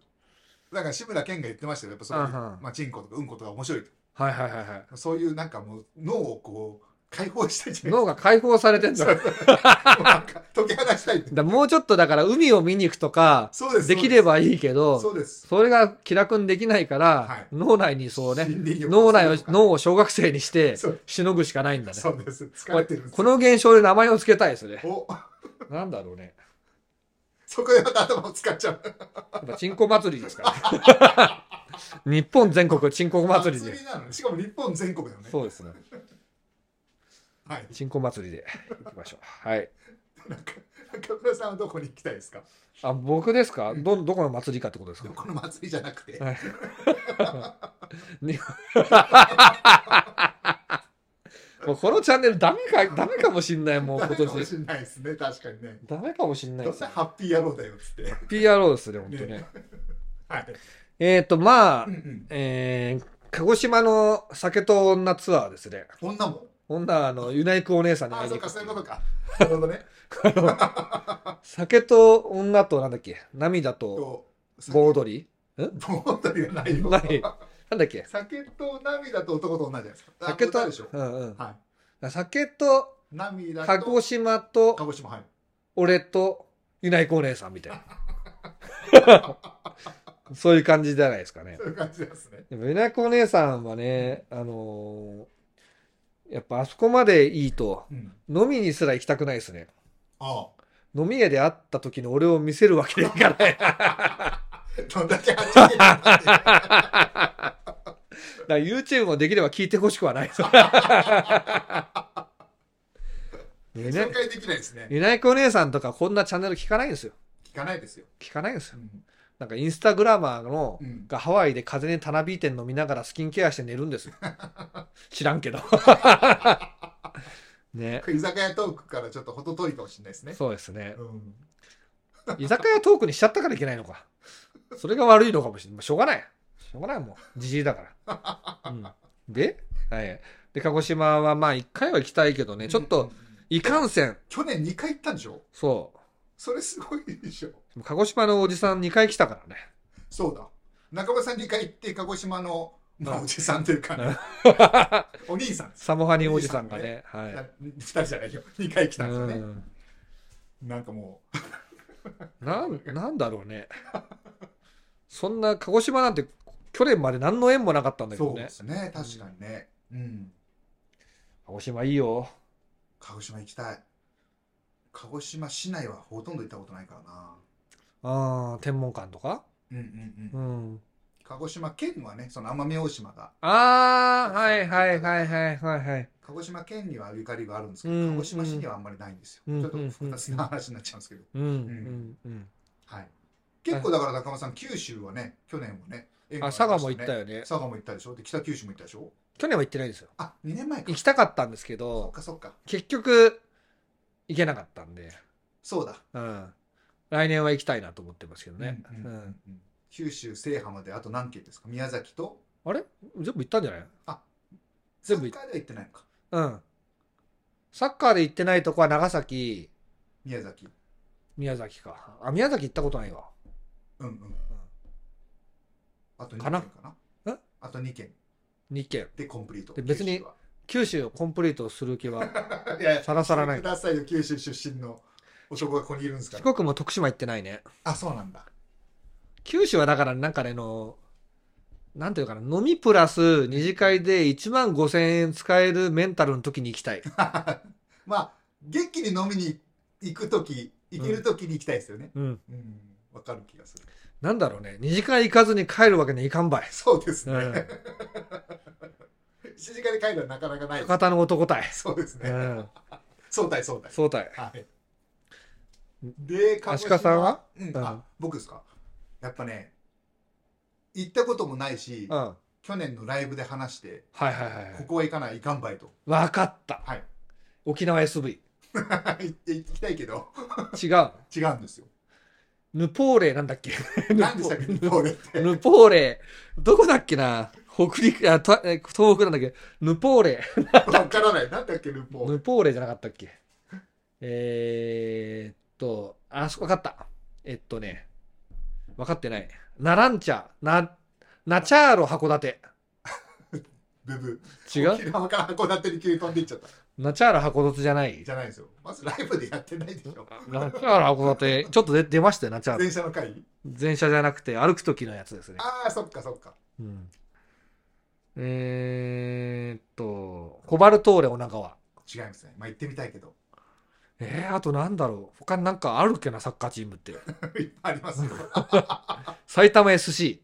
[SPEAKER 1] だから志村けんが言ってましたよ。やっぱそういう、
[SPEAKER 2] うんうん
[SPEAKER 1] まあ、チンコとかうんことか面白いと。
[SPEAKER 2] はいはいはいはい。
[SPEAKER 1] そういうなんかもう脳をこう解放したいじゃない
[SPEAKER 2] 脳が解放され てん
[SPEAKER 1] で
[SPEAKER 2] だ。
[SPEAKER 1] す
[SPEAKER 2] だ
[SPEAKER 1] か
[SPEAKER 2] か。
[SPEAKER 1] なんか解き放したいって。
[SPEAKER 2] らもうちょっとだから海を見に行くとか、
[SPEAKER 1] そうです。
[SPEAKER 2] できれ
[SPEAKER 1] ば。
[SPEAKER 2] ばいいけど、
[SPEAKER 1] そうです。
[SPEAKER 2] それが気楽にできないから、
[SPEAKER 1] はい
[SPEAKER 2] 脳内にそうね、
[SPEAKER 1] 心理力
[SPEAKER 2] 脳内を
[SPEAKER 1] そうです、
[SPEAKER 2] 脳を小学生にして
[SPEAKER 1] そう、
[SPEAKER 2] しのぐしかないんだね。
[SPEAKER 1] そうです。疲れてるんです
[SPEAKER 2] この現象で名前を付けたいですね。
[SPEAKER 1] お
[SPEAKER 2] なんだろうね。
[SPEAKER 1] そこでまた頭を使っちゃう。
[SPEAKER 2] やっぱ、チンコ祭りですから。 日本全国チンコ祭りで。
[SPEAKER 1] なのねしかも日本全国だよね。
[SPEAKER 2] そうですね。
[SPEAKER 1] はい。
[SPEAKER 2] チンコ祭りで行きましょう。はい。
[SPEAKER 1] 中村さんはどこに行きたいですか
[SPEAKER 2] あ、僕ですかど、どこの祭りかってことですか
[SPEAKER 1] この祭りじゃなくて。
[SPEAKER 2] に もうこのチャンネルダメか、ダメかもしんない、もう
[SPEAKER 1] ダ
[SPEAKER 2] 今
[SPEAKER 1] メかも
[SPEAKER 2] 年。
[SPEAKER 1] しれないですね。確かにね。
[SPEAKER 2] ダメかもしんない
[SPEAKER 1] どう
[SPEAKER 2] です
[SPEAKER 1] せ
[SPEAKER 2] ね。
[SPEAKER 1] ハッピー野郎だよっつって。
[SPEAKER 2] PRO ですね、本当ね
[SPEAKER 1] ね。はい。
[SPEAKER 2] えっと、まあ
[SPEAKER 1] うんう、ん。
[SPEAKER 2] えー、鹿児島の酒と女ツアーですね。
[SPEAKER 1] 女も。
[SPEAKER 2] ほんならあの、ユナイクお姉さんに
[SPEAKER 1] あ
[SPEAKER 2] 会
[SPEAKER 1] あ、
[SPEAKER 2] いに
[SPEAKER 1] そう
[SPEAKER 2] 行
[SPEAKER 1] か、
[SPEAKER 2] くって
[SPEAKER 1] そうい
[SPEAKER 2] い
[SPEAKER 1] ううことか。なるほどね。
[SPEAKER 2] 酒と女となんだっけ涙と
[SPEAKER 1] と、
[SPEAKER 2] 盆踊り
[SPEAKER 1] 盆踊りはないよ。
[SPEAKER 2] ないなんだっけ
[SPEAKER 1] 酒と涙と男と女じゃないですか。あ
[SPEAKER 2] 酒と、
[SPEAKER 1] 歌でしょ。
[SPEAKER 2] うんうん。
[SPEAKER 1] は
[SPEAKER 2] 酒と、
[SPEAKER 1] い。涙と。
[SPEAKER 2] 鹿児島と
[SPEAKER 1] 鹿、児島、はい。
[SPEAKER 2] 俺と、ユナイクお姉さんみたい な。そういう感じじゃないですかね
[SPEAKER 1] そ。ういう感じですね。
[SPEAKER 2] でも、ユナイクお姉さんはね、あのーやっぱあそこまでいいと、
[SPEAKER 1] うん。
[SPEAKER 2] 飲みにすら行きたくないですね。
[SPEAKER 1] あ
[SPEAKER 2] 飲み屋で会った時の俺を見せるわけにいかない。だか
[SPEAKER 1] あ。どんだけはっちゃけてんだっていう
[SPEAKER 2] ら YouTube もできれば聞いてほしくはない。ユナ
[SPEAKER 1] 紹介できないですね。
[SPEAKER 2] ユナイクお姉さんとかこんなチャンネル聞かないんですよ。
[SPEAKER 1] 聞かないですよ。
[SPEAKER 2] 聞かないんです
[SPEAKER 1] う
[SPEAKER 2] よ。
[SPEAKER 1] ん。
[SPEAKER 2] なんかインスタグラマーの
[SPEAKER 1] うん
[SPEAKER 2] がハワイで風にたなびいて飲みながらスキンケアして寝るんですよ。知らんけど。ね。
[SPEAKER 1] 居酒屋トークからちょっと程遠いかもしれないですね。
[SPEAKER 2] そうですね。
[SPEAKER 1] うん。
[SPEAKER 2] 居酒屋トークにしちゃったからいけないのか。それが悪いのかもしれない。まあしょうがない。しょうがないもん。じじいだから。うん、で、はい。で、鹿児島はまあ一回は行きたいけどね、ちょっ
[SPEAKER 1] うん
[SPEAKER 2] と、。いかんせん。
[SPEAKER 1] 去年2回行ったんでしょ
[SPEAKER 2] そ
[SPEAKER 1] それすごいでしょ。
[SPEAKER 2] う。鹿児島のおじさん2回来た からね。
[SPEAKER 1] そうだ。中村さん2回行って、鹿児島の、まあ、おじさんというか、お兄さんです。
[SPEAKER 2] サモハニおじさんがね。はい。
[SPEAKER 1] 2人じゃないよ。2回来たんですよ
[SPEAKER 2] う
[SPEAKER 1] ね。
[SPEAKER 2] ん
[SPEAKER 1] なんかも
[SPEAKER 2] なんなんだろうね。そんな鹿児島なんて去年まで何の縁もなかったん
[SPEAKER 1] う、
[SPEAKER 2] だけ
[SPEAKER 1] そ
[SPEAKER 2] ど
[SPEAKER 1] う
[SPEAKER 2] ね
[SPEAKER 1] で。すね。確かにね。うん。
[SPEAKER 2] 鹿児島いいよ。
[SPEAKER 1] 鹿児島行きたい。鹿児島市内はほとんど行ったことないからな。
[SPEAKER 2] ああ、天文館とか。
[SPEAKER 1] うんうんう。
[SPEAKER 2] うんん。
[SPEAKER 1] 鹿児島県はね、その奄美大島が、
[SPEAKER 2] ああ、はいはいはいはいはいはい。
[SPEAKER 1] 鹿児島県にはゆかりがあるんですけど、
[SPEAKER 2] うん
[SPEAKER 1] 鹿児島市にはあんまりないんですよ。
[SPEAKER 2] うん
[SPEAKER 1] ちょっと複雑な話になっちゃうんですけど。
[SPEAKER 2] うんうんうん。
[SPEAKER 1] はい。結構だから中間さん、九州はね、去年もね、縁が
[SPEAKER 2] あ、
[SPEAKER 1] りました
[SPEAKER 2] 佐
[SPEAKER 1] ね
[SPEAKER 2] 賀も行ったよね。
[SPEAKER 1] 佐賀も行ったでしょで北九州も行ったでしょ
[SPEAKER 2] 去年は行ってないですよ。
[SPEAKER 1] あ2年前か
[SPEAKER 2] 行きたかったんですけ
[SPEAKER 1] そっ
[SPEAKER 2] ど、
[SPEAKER 1] かそっか
[SPEAKER 2] 結局行けなかったんで、
[SPEAKER 1] そうだ
[SPEAKER 2] うん。来年は行きたいなと思ってますけどね。
[SPEAKER 1] うんうん
[SPEAKER 2] うん
[SPEAKER 1] うん九州制覇まであと何県ですか宮崎と
[SPEAKER 2] あれ全部行ったんじゃない全部
[SPEAKER 1] サッカーでは行ってないのか
[SPEAKER 2] うん。サッカーで行ってないとこは長崎、
[SPEAKER 1] 宮崎
[SPEAKER 2] 宮崎か。あ、宮崎行ったことないわ。
[SPEAKER 1] うんうんあと2
[SPEAKER 2] か
[SPEAKER 1] 県
[SPEAKER 2] な
[SPEAKER 1] かな
[SPEAKER 2] え
[SPEAKER 1] あと2県
[SPEAKER 2] 2県。
[SPEAKER 1] でコンプリート
[SPEAKER 2] で別
[SPEAKER 1] 九
[SPEAKER 2] に
[SPEAKER 1] 州は
[SPEAKER 2] 九州をコンプリートする気は、
[SPEAKER 1] いやいや
[SPEAKER 2] さらさらない
[SPEAKER 1] して くださいよ九州出身の男がここにいるんですか
[SPEAKER 2] 四
[SPEAKER 1] ら
[SPEAKER 2] 国も徳島行ってないね。
[SPEAKER 1] あそうなんだ
[SPEAKER 2] 九州はだからなんかね、あの、なんていうのかな、飲みプラス二次会で1万5千円使えるメンタルの時に行きたい。
[SPEAKER 1] まあ元気に飲みに行く時行ける時に行きたいですよね
[SPEAKER 2] うん。
[SPEAKER 1] うんわかる気がする
[SPEAKER 2] なんだろうね、二次会行かずに帰るわけにはいかんばい。
[SPEAKER 1] そうです
[SPEAKER 2] う
[SPEAKER 1] ね
[SPEAKER 2] ん。
[SPEAKER 1] 七時間で帰るのはなかなかないです
[SPEAKER 2] 博多の男対。
[SPEAKER 1] そうです
[SPEAKER 2] う
[SPEAKER 1] ね。
[SPEAKER 2] ん。
[SPEAKER 1] そうだいそうだい。
[SPEAKER 2] そう対。
[SPEAKER 1] はい。で、鹿児島
[SPEAKER 2] 足利さんは
[SPEAKER 1] うん、
[SPEAKER 2] うん
[SPEAKER 1] あ、僕ですか。やっぱね、行ったこともないし
[SPEAKER 2] うん。、はい
[SPEAKER 1] 去年のライブで話して、
[SPEAKER 2] はいはいは
[SPEAKER 1] こ
[SPEAKER 2] い。
[SPEAKER 1] こは行かない、いかんばいと。
[SPEAKER 2] わかった。
[SPEAKER 1] はい。
[SPEAKER 2] 沖縄 SV。
[SPEAKER 1] 行って行きたいけど、
[SPEAKER 2] 違う。
[SPEAKER 1] 違うんですよ。
[SPEAKER 2] ヌポーレなんだっけ
[SPEAKER 1] 何でしたっけ、これって。
[SPEAKER 2] ヌポーレ。どこだっけな北陸、あ、とえ東北なんだっけヌポーレ。
[SPEAKER 1] わからない。なんだっけ、ルポー。
[SPEAKER 2] ヌポーレじゃなかったっけえー、っと、あ、そわかった。えっとね、わかってない。ナランチャ、な、ナチャーロ函館。
[SPEAKER 1] ブブ。
[SPEAKER 2] 違う
[SPEAKER 1] 沖縄から函館に急に飛んでいっちゃった。
[SPEAKER 2] ナチャーロ函館じゃない
[SPEAKER 1] じ。ゃないですよ。まずライブでやってないでしょ。
[SPEAKER 2] ナチャーロ函館、ちょっと出出ましたよ、ナチャーロ。
[SPEAKER 1] 電車の会
[SPEAKER 2] 電車じゃなくて歩く時のやつですね。
[SPEAKER 1] ああ、そっかそっか。
[SPEAKER 2] うん、えー、っと、コバルトーレ女川。
[SPEAKER 1] 違いますね。まあ行ってみたいけど。
[SPEAKER 2] えー、あとなんだろう他になんかあるっけなサッカーチームって
[SPEAKER 1] いっぱいあります よ。
[SPEAKER 2] 埼玉 SC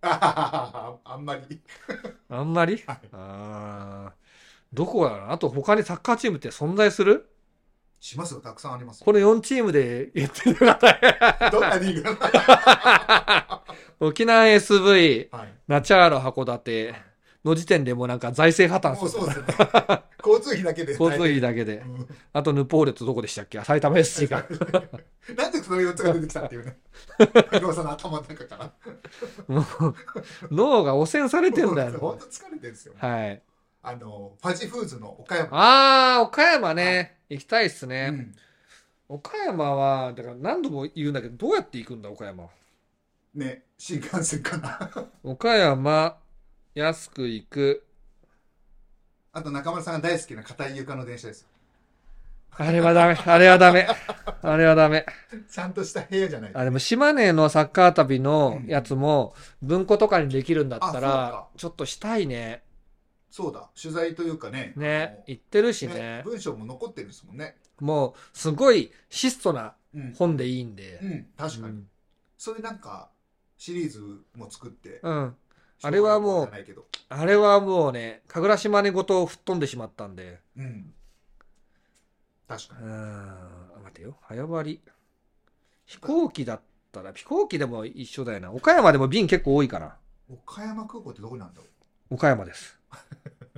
[SPEAKER 1] あはははあんまり。
[SPEAKER 2] あんまり、
[SPEAKER 1] はい
[SPEAKER 2] あーどこだろうあと他にサッカーチームって存在する
[SPEAKER 1] しますよ。たくさんありますよ。
[SPEAKER 2] この4チームでやってる方
[SPEAKER 1] どんなリーグなの
[SPEAKER 2] 沖縄 SV
[SPEAKER 1] はい。
[SPEAKER 2] ナチャーロ函館の時点でもうなんか財政破綻
[SPEAKER 1] もう
[SPEAKER 2] する
[SPEAKER 1] そうですよね。交通費だけで。
[SPEAKER 2] 交通費だけで
[SPEAKER 1] う、ん
[SPEAKER 2] あとヌポーレとどこでしたっけあ埼玉 SC が
[SPEAKER 1] なんでその4つが出てきたっていう ね。高尾さんの頭の中から。
[SPEAKER 2] もう脳が汚染されてんだよ
[SPEAKER 1] 本当疲れてるんですよ。
[SPEAKER 2] はい
[SPEAKER 1] あのファジフーズの岡山、
[SPEAKER 2] ああ、岡山ね、行きたいっす
[SPEAKER 1] う
[SPEAKER 2] ね。
[SPEAKER 1] ん、
[SPEAKER 2] 岡山は、だから何度も言うんだけど、どうやって行くんだ、岡山は。
[SPEAKER 1] ね新幹線かな
[SPEAKER 2] 岡山、安く行く。
[SPEAKER 1] あと中村さんが大好きな硬い床の電車です
[SPEAKER 2] あれはダメ、あれはダメ。あれはダメ。
[SPEAKER 1] ちゃんとした部屋じゃない
[SPEAKER 2] あ、でも島根のサッカー旅のやつも、文庫とかにできるんだった
[SPEAKER 1] あそう
[SPEAKER 2] ら
[SPEAKER 1] か、
[SPEAKER 2] ちょっとしたいね。
[SPEAKER 1] そうだ取材というかね
[SPEAKER 2] ね、
[SPEAKER 1] あ
[SPEAKER 2] 行ってるし
[SPEAKER 1] のね
[SPEAKER 2] ね。
[SPEAKER 1] 文章も残ってるんですもんね
[SPEAKER 2] もう、すごい質素な
[SPEAKER 1] うん、
[SPEAKER 2] 本でいいんで
[SPEAKER 1] う。ん、確かに、
[SPEAKER 2] うん
[SPEAKER 1] それなんかシリーズも作って
[SPEAKER 2] うん。あれはもう
[SPEAKER 1] 紹介じゃないけど
[SPEAKER 2] あれはもうね、神楽島根ごと吹っ飛んでしまったんで。
[SPEAKER 1] うん確か
[SPEAKER 2] うーん、待てよ、早割り。飛行機だったら、飛行機でも一緒だよな。岡山でも便結構多いかな。
[SPEAKER 1] に岡山空港ってどこなんだろう
[SPEAKER 2] 岡山 です。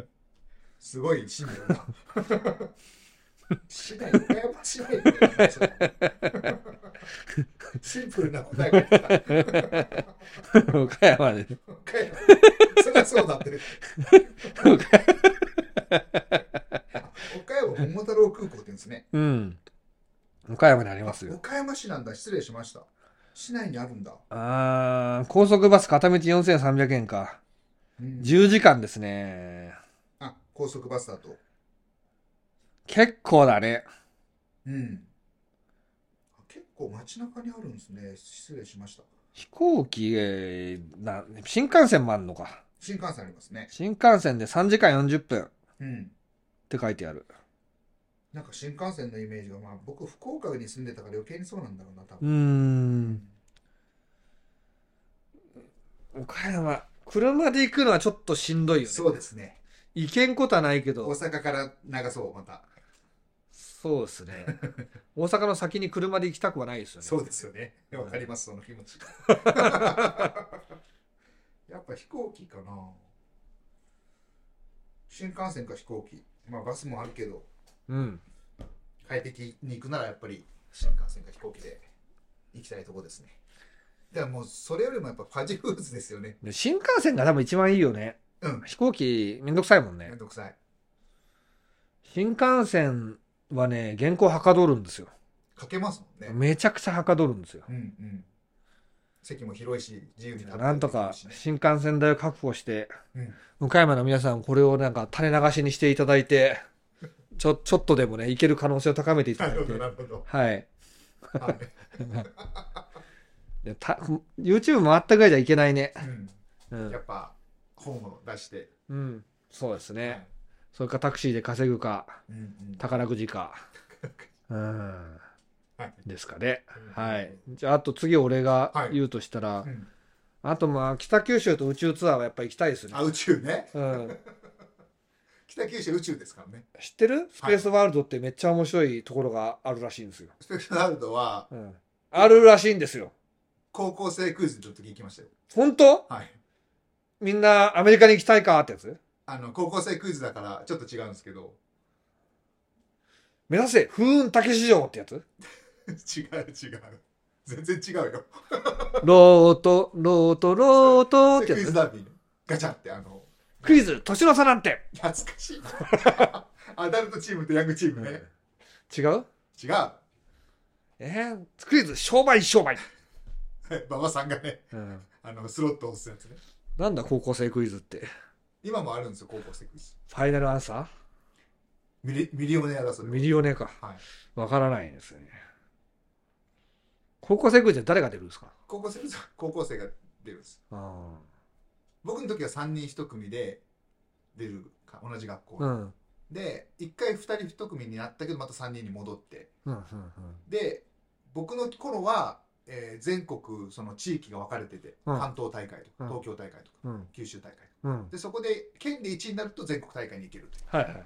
[SPEAKER 1] すごい市内だな。市内、岡山市内みたいになっちゃったシンプルな答えが来た。
[SPEAKER 2] 岡山です。
[SPEAKER 1] 岡 山そりゃそうだってね。岡山桃太郎空港って言うんですね。
[SPEAKER 2] うん。岡山にありますよ。
[SPEAKER 1] 岡山市なんだ、失礼しました。市内にあるんだ。
[SPEAKER 2] あー、高速バス片道4300円か。
[SPEAKER 1] うん
[SPEAKER 2] 10時間ですね。
[SPEAKER 1] あ、高速バスだと。
[SPEAKER 2] 結構だね。
[SPEAKER 1] うん。あ結構街中にあるんですね。失礼しました。
[SPEAKER 2] 飛行機、えーな、新幹線もあんのか。
[SPEAKER 1] 新幹線ありますね。
[SPEAKER 2] 新幹線で3時間40分っ
[SPEAKER 1] うん。
[SPEAKER 2] て書いてある。
[SPEAKER 1] なんか新幹線のイメージが、まあ僕、福岡に住んでたから余計にそうなんだろうな、多
[SPEAKER 2] う
[SPEAKER 1] 分。
[SPEAKER 2] ーん。岡山、車で行くのはちょっとしんどいよね。
[SPEAKER 1] そうですね。
[SPEAKER 2] 行けんことはないけ
[SPEAKER 1] 大
[SPEAKER 2] ど、
[SPEAKER 1] 阪から流そう、また。
[SPEAKER 2] そうですね。大阪の先に車で行きたくはないですよね。
[SPEAKER 1] そうですよね。わかります、その気持 ち。やっぱ飛行機かな。新幹線か飛行機。まあバスもあるけど、
[SPEAKER 2] うん。
[SPEAKER 1] 快適に行くならやっぱり新幹線か飛行機で行きたいとこですね。だからもうそれよりもやっぱファジフーズですよね。
[SPEAKER 2] で新幹線が多分一番いいよね。
[SPEAKER 1] うん。
[SPEAKER 2] 飛行機めんどくさいもん
[SPEAKER 1] め
[SPEAKER 2] ね
[SPEAKER 1] ん。どくさい。
[SPEAKER 2] 新幹線はね、原稿はかどるんですよ。
[SPEAKER 1] かけますもんね。
[SPEAKER 2] めちゃくちゃはかどるんですよ。
[SPEAKER 1] うんうん。席も広いし、自由に立ったり
[SPEAKER 2] なんとか
[SPEAKER 1] できるしね
[SPEAKER 2] 新幹線代を確保して、
[SPEAKER 1] うん
[SPEAKER 2] 岡山の皆さん、これをなんか垂れ流しにしていただいて、ちょ、ちょっとでもね、いける可能性を高めていた
[SPEAKER 1] な
[SPEAKER 2] だ
[SPEAKER 1] る
[SPEAKER 2] い
[SPEAKER 1] ほど、
[SPEAKER 2] て。
[SPEAKER 1] なるほ ど。
[SPEAKER 2] はい。
[SPEAKER 1] はい
[SPEAKER 2] でた YouTube 回ったぐらいじゃいけないね。う
[SPEAKER 1] うん
[SPEAKER 2] ん
[SPEAKER 1] や。っぱ本を出して、
[SPEAKER 2] うん。そうです
[SPEAKER 1] は
[SPEAKER 2] ね
[SPEAKER 1] い。
[SPEAKER 2] それかタクシーで稼ぐか、
[SPEAKER 1] うんうん
[SPEAKER 2] 宝くじか。うん。
[SPEAKER 1] はい
[SPEAKER 2] ですかね。
[SPEAKER 1] うん
[SPEAKER 2] はい。じゃあ、あと次俺が
[SPEAKER 1] はい
[SPEAKER 2] 言うとしたら
[SPEAKER 1] う、ん
[SPEAKER 2] あとまあ、北九州と宇宙ツアーはやっぱ行きたいですね
[SPEAKER 1] あ。宇宙ね
[SPEAKER 2] うん。
[SPEAKER 1] 北九州宇宙ですからね
[SPEAKER 2] 知ってるスペースワールドってめっちゃ面白いところがあるらしいんですよ。
[SPEAKER 1] スペシャルドは
[SPEAKER 2] うん。あるらしいんですよ。
[SPEAKER 1] 高校生クイズの時行きましたよ
[SPEAKER 2] 本当
[SPEAKER 1] はい
[SPEAKER 2] みんなアメリカに行きたいかってやつ
[SPEAKER 1] あの高校生クイズだからちょっと違うんですけど
[SPEAKER 2] 目指せ、風雲竹市場ってやつ
[SPEAKER 1] 違う違う全然違うよ
[SPEAKER 2] ロート、ロート、ロートって
[SPEAKER 1] クイ
[SPEAKER 2] や
[SPEAKER 1] ズ
[SPEAKER 2] つ。
[SPEAKER 1] ダービーのガチャってあの
[SPEAKER 2] クイズ、年の差なんて。
[SPEAKER 1] 懐かし いアダルトチームとヤングチームね、
[SPEAKER 2] 違う
[SPEAKER 1] 違う
[SPEAKER 2] えー、クイズ、商売、商売。
[SPEAKER 1] 馬場さんがね
[SPEAKER 2] うん。
[SPEAKER 1] あのスロットを押すやつね
[SPEAKER 2] なんだ、高校生クイズって。
[SPEAKER 1] 今もあるんですよ高校生クイズ
[SPEAKER 2] ファイナルアンサ
[SPEAKER 1] ミリミリオネアだそ
[SPEAKER 2] ー
[SPEAKER 1] れは
[SPEAKER 2] ミリオネか。
[SPEAKER 1] はい
[SPEAKER 2] わからないんですよね。高校生クイズは誰が出るんですか
[SPEAKER 1] 高校生クイズは高校生が出るんです
[SPEAKER 2] あ
[SPEAKER 1] 僕の時は3人1組で出るか同じ学校、
[SPEAKER 2] ーうん。
[SPEAKER 1] で1回2人1組になったけどまた3人に戻って
[SPEAKER 2] うん、うん、
[SPEAKER 1] で僕の頃は、えー全国その地域が分かれてて、
[SPEAKER 2] うん
[SPEAKER 1] 関東大会とか、
[SPEAKER 2] うん
[SPEAKER 1] 東京大会とか
[SPEAKER 2] うん。うん、
[SPEAKER 1] 九州大会とか
[SPEAKER 2] うん。
[SPEAKER 1] でそこで県で1位になると全国大会に行けるという
[SPEAKER 2] はいはいはい。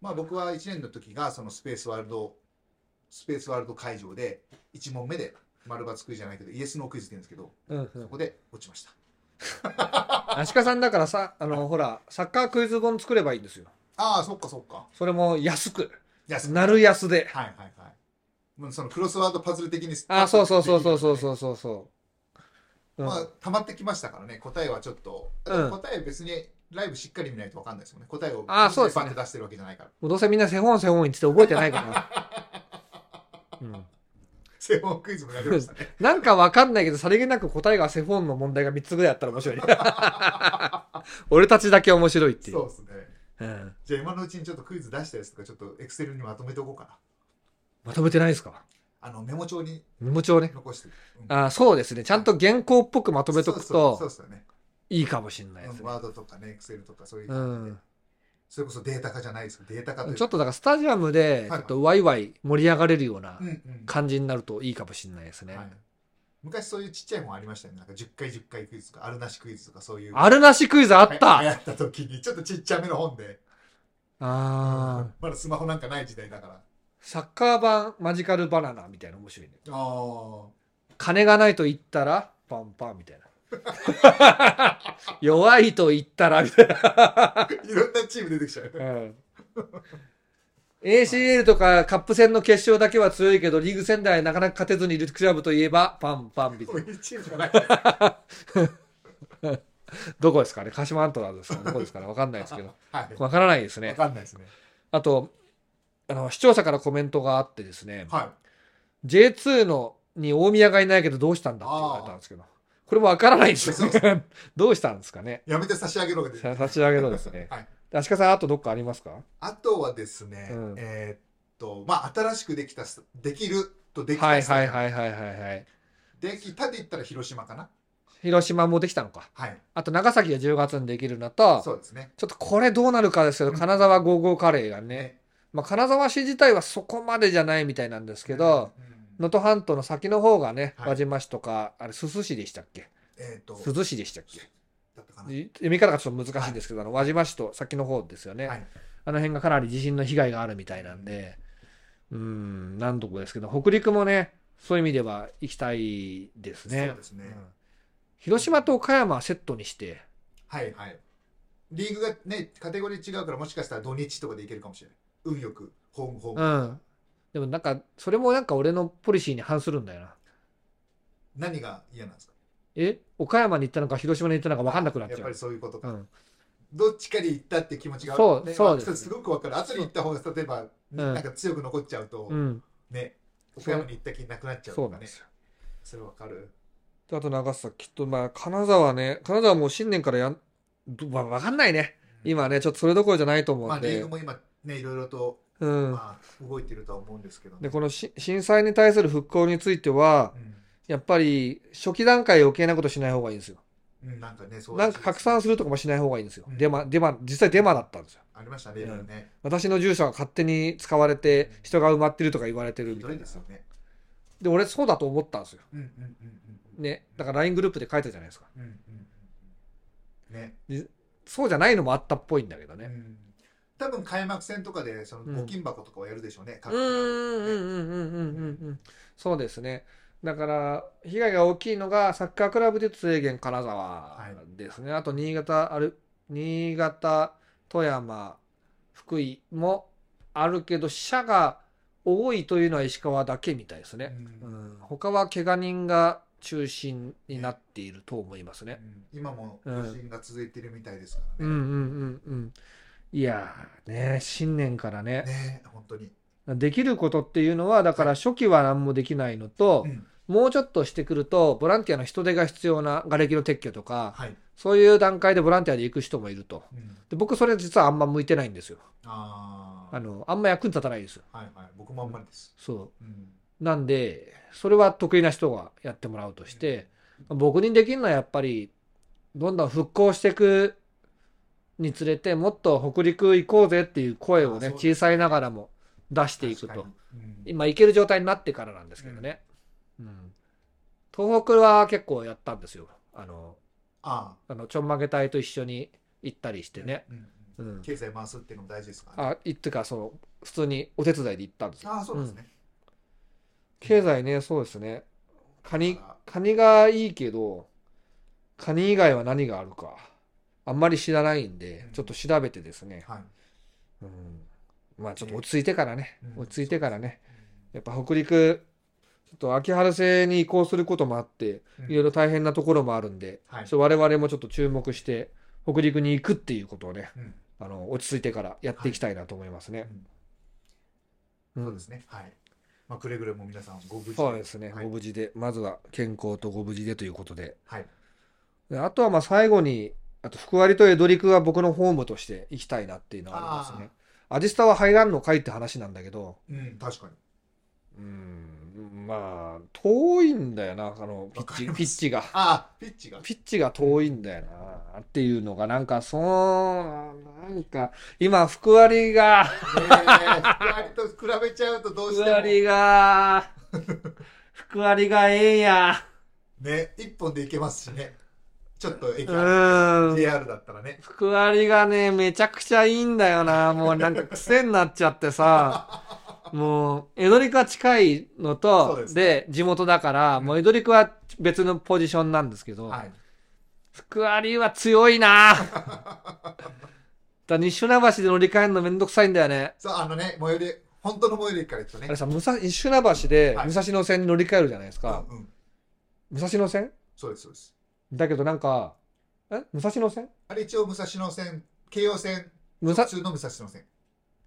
[SPEAKER 1] まあ僕は1年の時がそのスペースワールドスペースワールド会場で1問目で丸抜クイズじゃないけどイエスノークイズって言うんですけど
[SPEAKER 2] うん、う
[SPEAKER 1] そ
[SPEAKER 2] ん
[SPEAKER 1] こ。で落ちました
[SPEAKER 2] アシカさんだからさ、あの、ほら、サッカークイズ本作ればいいんですよ。
[SPEAKER 1] ああそっかそっか
[SPEAKER 2] それも安く。
[SPEAKER 1] いやそっか
[SPEAKER 2] なる安で。
[SPEAKER 1] はいはいはい。もうそのクロスワードパズル的に。
[SPEAKER 2] あ、そうそうそうそうそう
[SPEAKER 1] う。
[SPEAKER 2] そうそうそう。うん
[SPEAKER 1] まあ、溜まってきましたからね、答えはちょっと。
[SPEAKER 2] うん
[SPEAKER 1] 答え別にライブしっかり見ないと分かんないですもんね。答えを
[SPEAKER 2] あーそうです
[SPEAKER 1] パ
[SPEAKER 2] ね
[SPEAKER 1] ッて出してるわけじゃないから。
[SPEAKER 2] もうどうせみんなセホンセホン言ってて覚えてない から。うん、
[SPEAKER 1] セオンクイズもやりま したね。
[SPEAKER 2] なんかわかんないけど、さりげなく答えがセフォンの問題が3つぐらいあったら面 白い。俺たちだけ面白いっていう。
[SPEAKER 1] そうですね。
[SPEAKER 2] うん、
[SPEAKER 1] じゃあ今のうちにちょっとクイズ出したやつとか、ちょっとエクセルにまとめておこうかな。
[SPEAKER 2] まとめてないですか
[SPEAKER 1] あの、メモ帳に
[SPEAKER 2] メモ帳ね。
[SPEAKER 1] 残して。うん
[SPEAKER 2] あーそうですね。ちゃんと原稿っぽくまとめとく
[SPEAKER 1] そう
[SPEAKER 2] と
[SPEAKER 1] そうそうですよね。
[SPEAKER 2] いいかもしれないで
[SPEAKER 1] う
[SPEAKER 2] す
[SPEAKER 1] ん
[SPEAKER 2] ね。
[SPEAKER 1] ワードとかね、エクセルとかそういう
[SPEAKER 2] う
[SPEAKER 1] 感じで
[SPEAKER 2] ん。
[SPEAKER 1] それこそデータ化じゃないですけど、データ化という
[SPEAKER 2] ちょっとだからスタジアムで、ちょっとワイワイ盛り上がれるような
[SPEAKER 1] うんうん
[SPEAKER 2] 感じになるといいかもしれないですね
[SPEAKER 1] は。い、昔そういうちっちゃいもんありましたよね。なんか10回10回クイズとか、あるなしクイズとかそういう。
[SPEAKER 2] あるなしクイズあっ
[SPEAKER 1] は
[SPEAKER 2] た
[SPEAKER 1] い流行った時に、ちょっとちっちゃめの本で。
[SPEAKER 2] ああ。
[SPEAKER 1] まだスマホなんかない時代だから。あ
[SPEAKER 2] サッカー版マジカルバナナみたいな面白いね。
[SPEAKER 1] あ。
[SPEAKER 2] 金がないと言ったらパンパンみたいな弱いと言ったらみたい
[SPEAKER 1] いろんなチーム出てきちゃう。
[SPEAKER 2] な、ACL とかカップ戦の決勝だけは強いけどリーグ戦ではなかなか勝てずにいるクラブといえばパンパンみたい
[SPEAKER 1] こう
[SPEAKER 2] な
[SPEAKER 1] いうチームじゃ ない。
[SPEAKER 2] どこですかね鹿島アントラーズですかねどこですかね分かんないですけど
[SPEAKER 1] はい。
[SPEAKER 2] 分からないです
[SPEAKER 1] わ
[SPEAKER 2] ね
[SPEAKER 1] かんないですね。
[SPEAKER 2] あとあの視聴者からコメントがあってですね、
[SPEAKER 1] はい。
[SPEAKER 2] J2 のに大宮がいないけどどうしたんだって言われたんですけどこれも分からないです
[SPEAKER 1] そう
[SPEAKER 2] ねどうしたんですかね
[SPEAKER 1] やめて差し上げろが出て
[SPEAKER 2] さ差し上げのですね
[SPEAKER 1] はい。
[SPEAKER 2] 足利さん、あとどっかありますか
[SPEAKER 1] あとはですね、
[SPEAKER 2] うん
[SPEAKER 1] えーっと、まあ、新しくできたス、できるとできた、
[SPEAKER 2] はいはいはいはいはいはい。
[SPEAKER 1] できたで言ったら広島かな。
[SPEAKER 2] 広島もできたのか。
[SPEAKER 1] はい。
[SPEAKER 2] あと長崎が10月にできるのと、
[SPEAKER 1] そうですね。
[SPEAKER 2] ちょっとこれどうなるかですけど、
[SPEAKER 1] うん
[SPEAKER 2] 金沢55カレーがね、まあ、金沢市自体はそこまでじゃないみたいなんですけど、
[SPEAKER 1] うん、
[SPEAKER 2] 能登半島の先の方がね、
[SPEAKER 1] はい
[SPEAKER 2] 輪島市とか、あれ、珠洲市でしたっけ
[SPEAKER 1] えーっと、
[SPEAKER 2] 珠洲市でしたっけ
[SPEAKER 1] だったかな。
[SPEAKER 2] い読み方がちょっと難しいんですけど、あの輪島市と先の方ですよね、
[SPEAKER 1] はい
[SPEAKER 2] あの辺がかなり地震の被害があるみたいなんで、うん、何度もですけど、北陸もね、そういう意味では行きたいですね。
[SPEAKER 1] そうですね
[SPEAKER 2] ん広島と岡山はセットにして、
[SPEAKER 1] はいはい。リーグがね、カテゴリー違うから、もしかしたら土日とかでいけるかもしれない。運よく、ホームホー
[SPEAKER 2] う
[SPEAKER 1] ム。
[SPEAKER 2] ん。でもなんか、それもなんか俺のポリシーに反するんだよな。
[SPEAKER 1] 何が嫌なんですか
[SPEAKER 2] え岡山に行ったのか広島に行ったのか分かんなくなっ
[SPEAKER 1] やっ
[SPEAKER 2] ちゃ
[SPEAKER 1] ぱり
[SPEAKER 2] う。
[SPEAKER 1] そういうこと
[SPEAKER 2] う
[SPEAKER 1] か。
[SPEAKER 2] ん、
[SPEAKER 1] どっちかに行ったって気持ちが
[SPEAKER 2] そう
[SPEAKER 1] ね
[SPEAKER 2] そうです
[SPEAKER 1] まあすごくわかる。後に行った方が、例えば、なんか強く残っちゃうと、
[SPEAKER 2] うん、
[SPEAKER 1] ね、
[SPEAKER 2] そ
[SPEAKER 1] 岡
[SPEAKER 2] う
[SPEAKER 1] 山に行った気なくなっちゃう
[SPEAKER 2] そ
[SPEAKER 1] と
[SPEAKER 2] うな
[SPEAKER 1] か
[SPEAKER 2] んで
[SPEAKER 1] ね。
[SPEAKER 2] すよ。
[SPEAKER 1] それわかる。
[SPEAKER 2] であと長崎、きっとまあ、金沢ね、金沢もう新年からやん、どまあ、分かんないね。今ね、ちょっとそれどころじゃないと思
[SPEAKER 1] ま
[SPEAKER 2] う
[SPEAKER 1] あ、
[SPEAKER 2] ん
[SPEAKER 1] リー
[SPEAKER 2] で
[SPEAKER 1] グ。も今、ね、いろいろと、
[SPEAKER 2] うん。
[SPEAKER 1] まあ、動いてるとは思うんですけどね。
[SPEAKER 2] で、このし震災に対する復興については、やっぱり初期段階余計なことしない方がいいんですよ。
[SPEAKER 1] うんうんなんかね、そうら
[SPEAKER 2] な
[SPEAKER 1] し
[SPEAKER 2] ん
[SPEAKER 1] い
[SPEAKER 2] か
[SPEAKER 1] です
[SPEAKER 2] 拡散するとかもしない方がいいんですよ。
[SPEAKER 1] うん
[SPEAKER 2] デマ、デマ、実際デマだったんですよ。
[SPEAKER 1] ありましたね、いろいろね。
[SPEAKER 2] 私の住所が勝手に使われて
[SPEAKER 1] うん
[SPEAKER 2] 人が埋まってるとか言われてる
[SPEAKER 1] ひ
[SPEAKER 2] み
[SPEAKER 1] ど
[SPEAKER 2] たい
[SPEAKER 1] い
[SPEAKER 2] な
[SPEAKER 1] ですよね。
[SPEAKER 2] で俺そうだと思ったんですよ
[SPEAKER 1] うんうんうんうん。
[SPEAKER 2] ねだから LINE グループで書いたじゃないですか
[SPEAKER 1] うんうんうんうん。ね。
[SPEAKER 2] そうじゃないのもあったっぽいんだけど
[SPEAKER 1] う
[SPEAKER 2] ね
[SPEAKER 1] ん多分開幕戦とかでその
[SPEAKER 2] うん
[SPEAKER 1] 募金箱とかをやるでしょうね、
[SPEAKER 2] う
[SPEAKER 1] 各
[SPEAKER 2] んう
[SPEAKER 1] ク
[SPEAKER 2] ん
[SPEAKER 1] ラブ
[SPEAKER 2] うんうんうんうんうんうんそうですねだから被害が大きいのがサッカークラブで言うと制限金沢ですね、あと新潟ある新潟富山福井もあるけど死者が多いというのは石川だけみたいですね、
[SPEAKER 1] う
[SPEAKER 2] うんん、他は怪我人が中心になっていると思いますね。
[SPEAKER 1] 今も余震が続いてるみたいですか
[SPEAKER 2] う
[SPEAKER 1] ら
[SPEAKER 2] んうん
[SPEAKER 1] ね。
[SPEAKER 2] うんうん。いやーね新年からね
[SPEAKER 1] ね本当に。
[SPEAKER 2] できることっていうのはだから初期は何もできないのと、
[SPEAKER 1] うん
[SPEAKER 2] もうちょっとしてくるとボランティアの人手が必要な瓦礫の撤去とか
[SPEAKER 1] はい。
[SPEAKER 2] そういう段階でボランティアで行く人もいると
[SPEAKER 1] うん
[SPEAKER 2] で僕それ実はあんま向いてないんですよ
[SPEAKER 1] ああ
[SPEAKER 2] あ。のあんま役に立たないです
[SPEAKER 1] はいはい。僕もあんまりです。
[SPEAKER 2] そ
[SPEAKER 1] う
[SPEAKER 2] う
[SPEAKER 1] ん
[SPEAKER 2] なんで、それは得意な人がやってもらうとして、僕にできるのはやっぱり、どんどん復興していくにつれて、もっと北陸行こうぜっていう声を
[SPEAKER 1] あそ
[SPEAKER 2] ね、
[SPEAKER 1] うですね
[SPEAKER 2] 小さいながらも出していく
[SPEAKER 1] 確
[SPEAKER 2] と
[SPEAKER 1] か。にうん
[SPEAKER 2] 今行ける状態になってからなんですけどね。うん東北は結構やったんですよ。あの、
[SPEAKER 1] あ
[SPEAKER 2] あのちょんまげ隊と一緒に行ったりし
[SPEAKER 1] あ。
[SPEAKER 2] てね。
[SPEAKER 1] うん
[SPEAKER 2] う
[SPEAKER 1] うん
[SPEAKER 2] ん。
[SPEAKER 1] 経済回すっていうのも大事ですからね。
[SPEAKER 2] あ、いってか、その、普通にお手伝いで行ったんですよ。
[SPEAKER 1] ああ、そうなんですね。
[SPEAKER 2] 経済ね、そうですね。カニ
[SPEAKER 1] あら、
[SPEAKER 2] カニがいいけど、カニ以外は何があるか、あんまり知らないんで
[SPEAKER 1] う、ん
[SPEAKER 2] ちょっと調べてですね、
[SPEAKER 1] はい。
[SPEAKER 2] うん、まあちょっと落ち着いてからね、
[SPEAKER 1] うん
[SPEAKER 2] 落ち着いてからね、やっぱ北陸、ちょっと秋春制に移行することもあって、
[SPEAKER 1] うん
[SPEAKER 2] いろいろ大変なところもあるんで、
[SPEAKER 1] はい
[SPEAKER 2] ちょっと我々もちょっと注目して、北陸に行くっていうことをね、
[SPEAKER 1] うん
[SPEAKER 2] あの落ち着いてからやっていきたいなと思いますね。うん
[SPEAKER 1] そうですね。はい。まあ、くれぐれも皆さんご無事
[SPEAKER 2] そうですね、
[SPEAKER 1] はい
[SPEAKER 2] ご無事で、まずは健康とご無事でということで、
[SPEAKER 1] はい。
[SPEAKER 2] であとはまあ最後に、あと、福割と江戸陸は僕のホームとして行きたいなっていうのはありますね。アジスタは入らんのかいって話なんだけど、
[SPEAKER 1] うん、確かに。
[SPEAKER 2] うん、まあ、遠いんだよな、あの、ピ
[SPEAKER 1] わか
[SPEAKER 2] ッ
[SPEAKER 1] り
[SPEAKER 2] チ、
[SPEAKER 1] ます
[SPEAKER 2] ピッチが。
[SPEAKER 1] ああ、ピッチが。
[SPEAKER 2] ピッチが遠いんだよな、っていうのが、なんか、そう、なんか、今、福割が、
[SPEAKER 1] ねえ、二人と比べちゃうとどう
[SPEAKER 2] 福
[SPEAKER 1] しても。
[SPEAKER 2] 割が、福割がええんや。
[SPEAKER 1] ね、一本で行けますしね。ちょっと駅
[SPEAKER 2] う
[SPEAKER 1] ある、
[SPEAKER 2] ん。
[SPEAKER 1] JR だったらね。
[SPEAKER 2] 福割がね、めちゃくちゃいいんだよな。もうなんか癖になっちゃってさ。もう、江戸陸は近いの
[SPEAKER 1] そう
[SPEAKER 2] と
[SPEAKER 1] で、す
[SPEAKER 2] で、地元だから、もう江戸陸は別のポジションなんですけど、
[SPEAKER 1] はい。
[SPEAKER 2] 福割は強い なだ西船橋で乗り換えるのめんどくさいんだよね。
[SPEAKER 1] そう、あのね、最寄り、本当の最寄り駅から行くと
[SPEAKER 2] あ
[SPEAKER 1] ね
[SPEAKER 2] れ。さ、武蔵西船橋で
[SPEAKER 1] はい
[SPEAKER 2] 武蔵野線に乗り換えるじゃないですか。
[SPEAKER 1] うんうん。
[SPEAKER 2] 武蔵野線
[SPEAKER 1] そうです、そうです。
[SPEAKER 2] だけどなんか、え武蔵野線
[SPEAKER 1] あれ一応武蔵野線、京葉線、
[SPEAKER 2] 武
[SPEAKER 1] 普
[SPEAKER 2] 蔵、
[SPEAKER 1] 通の武蔵野線。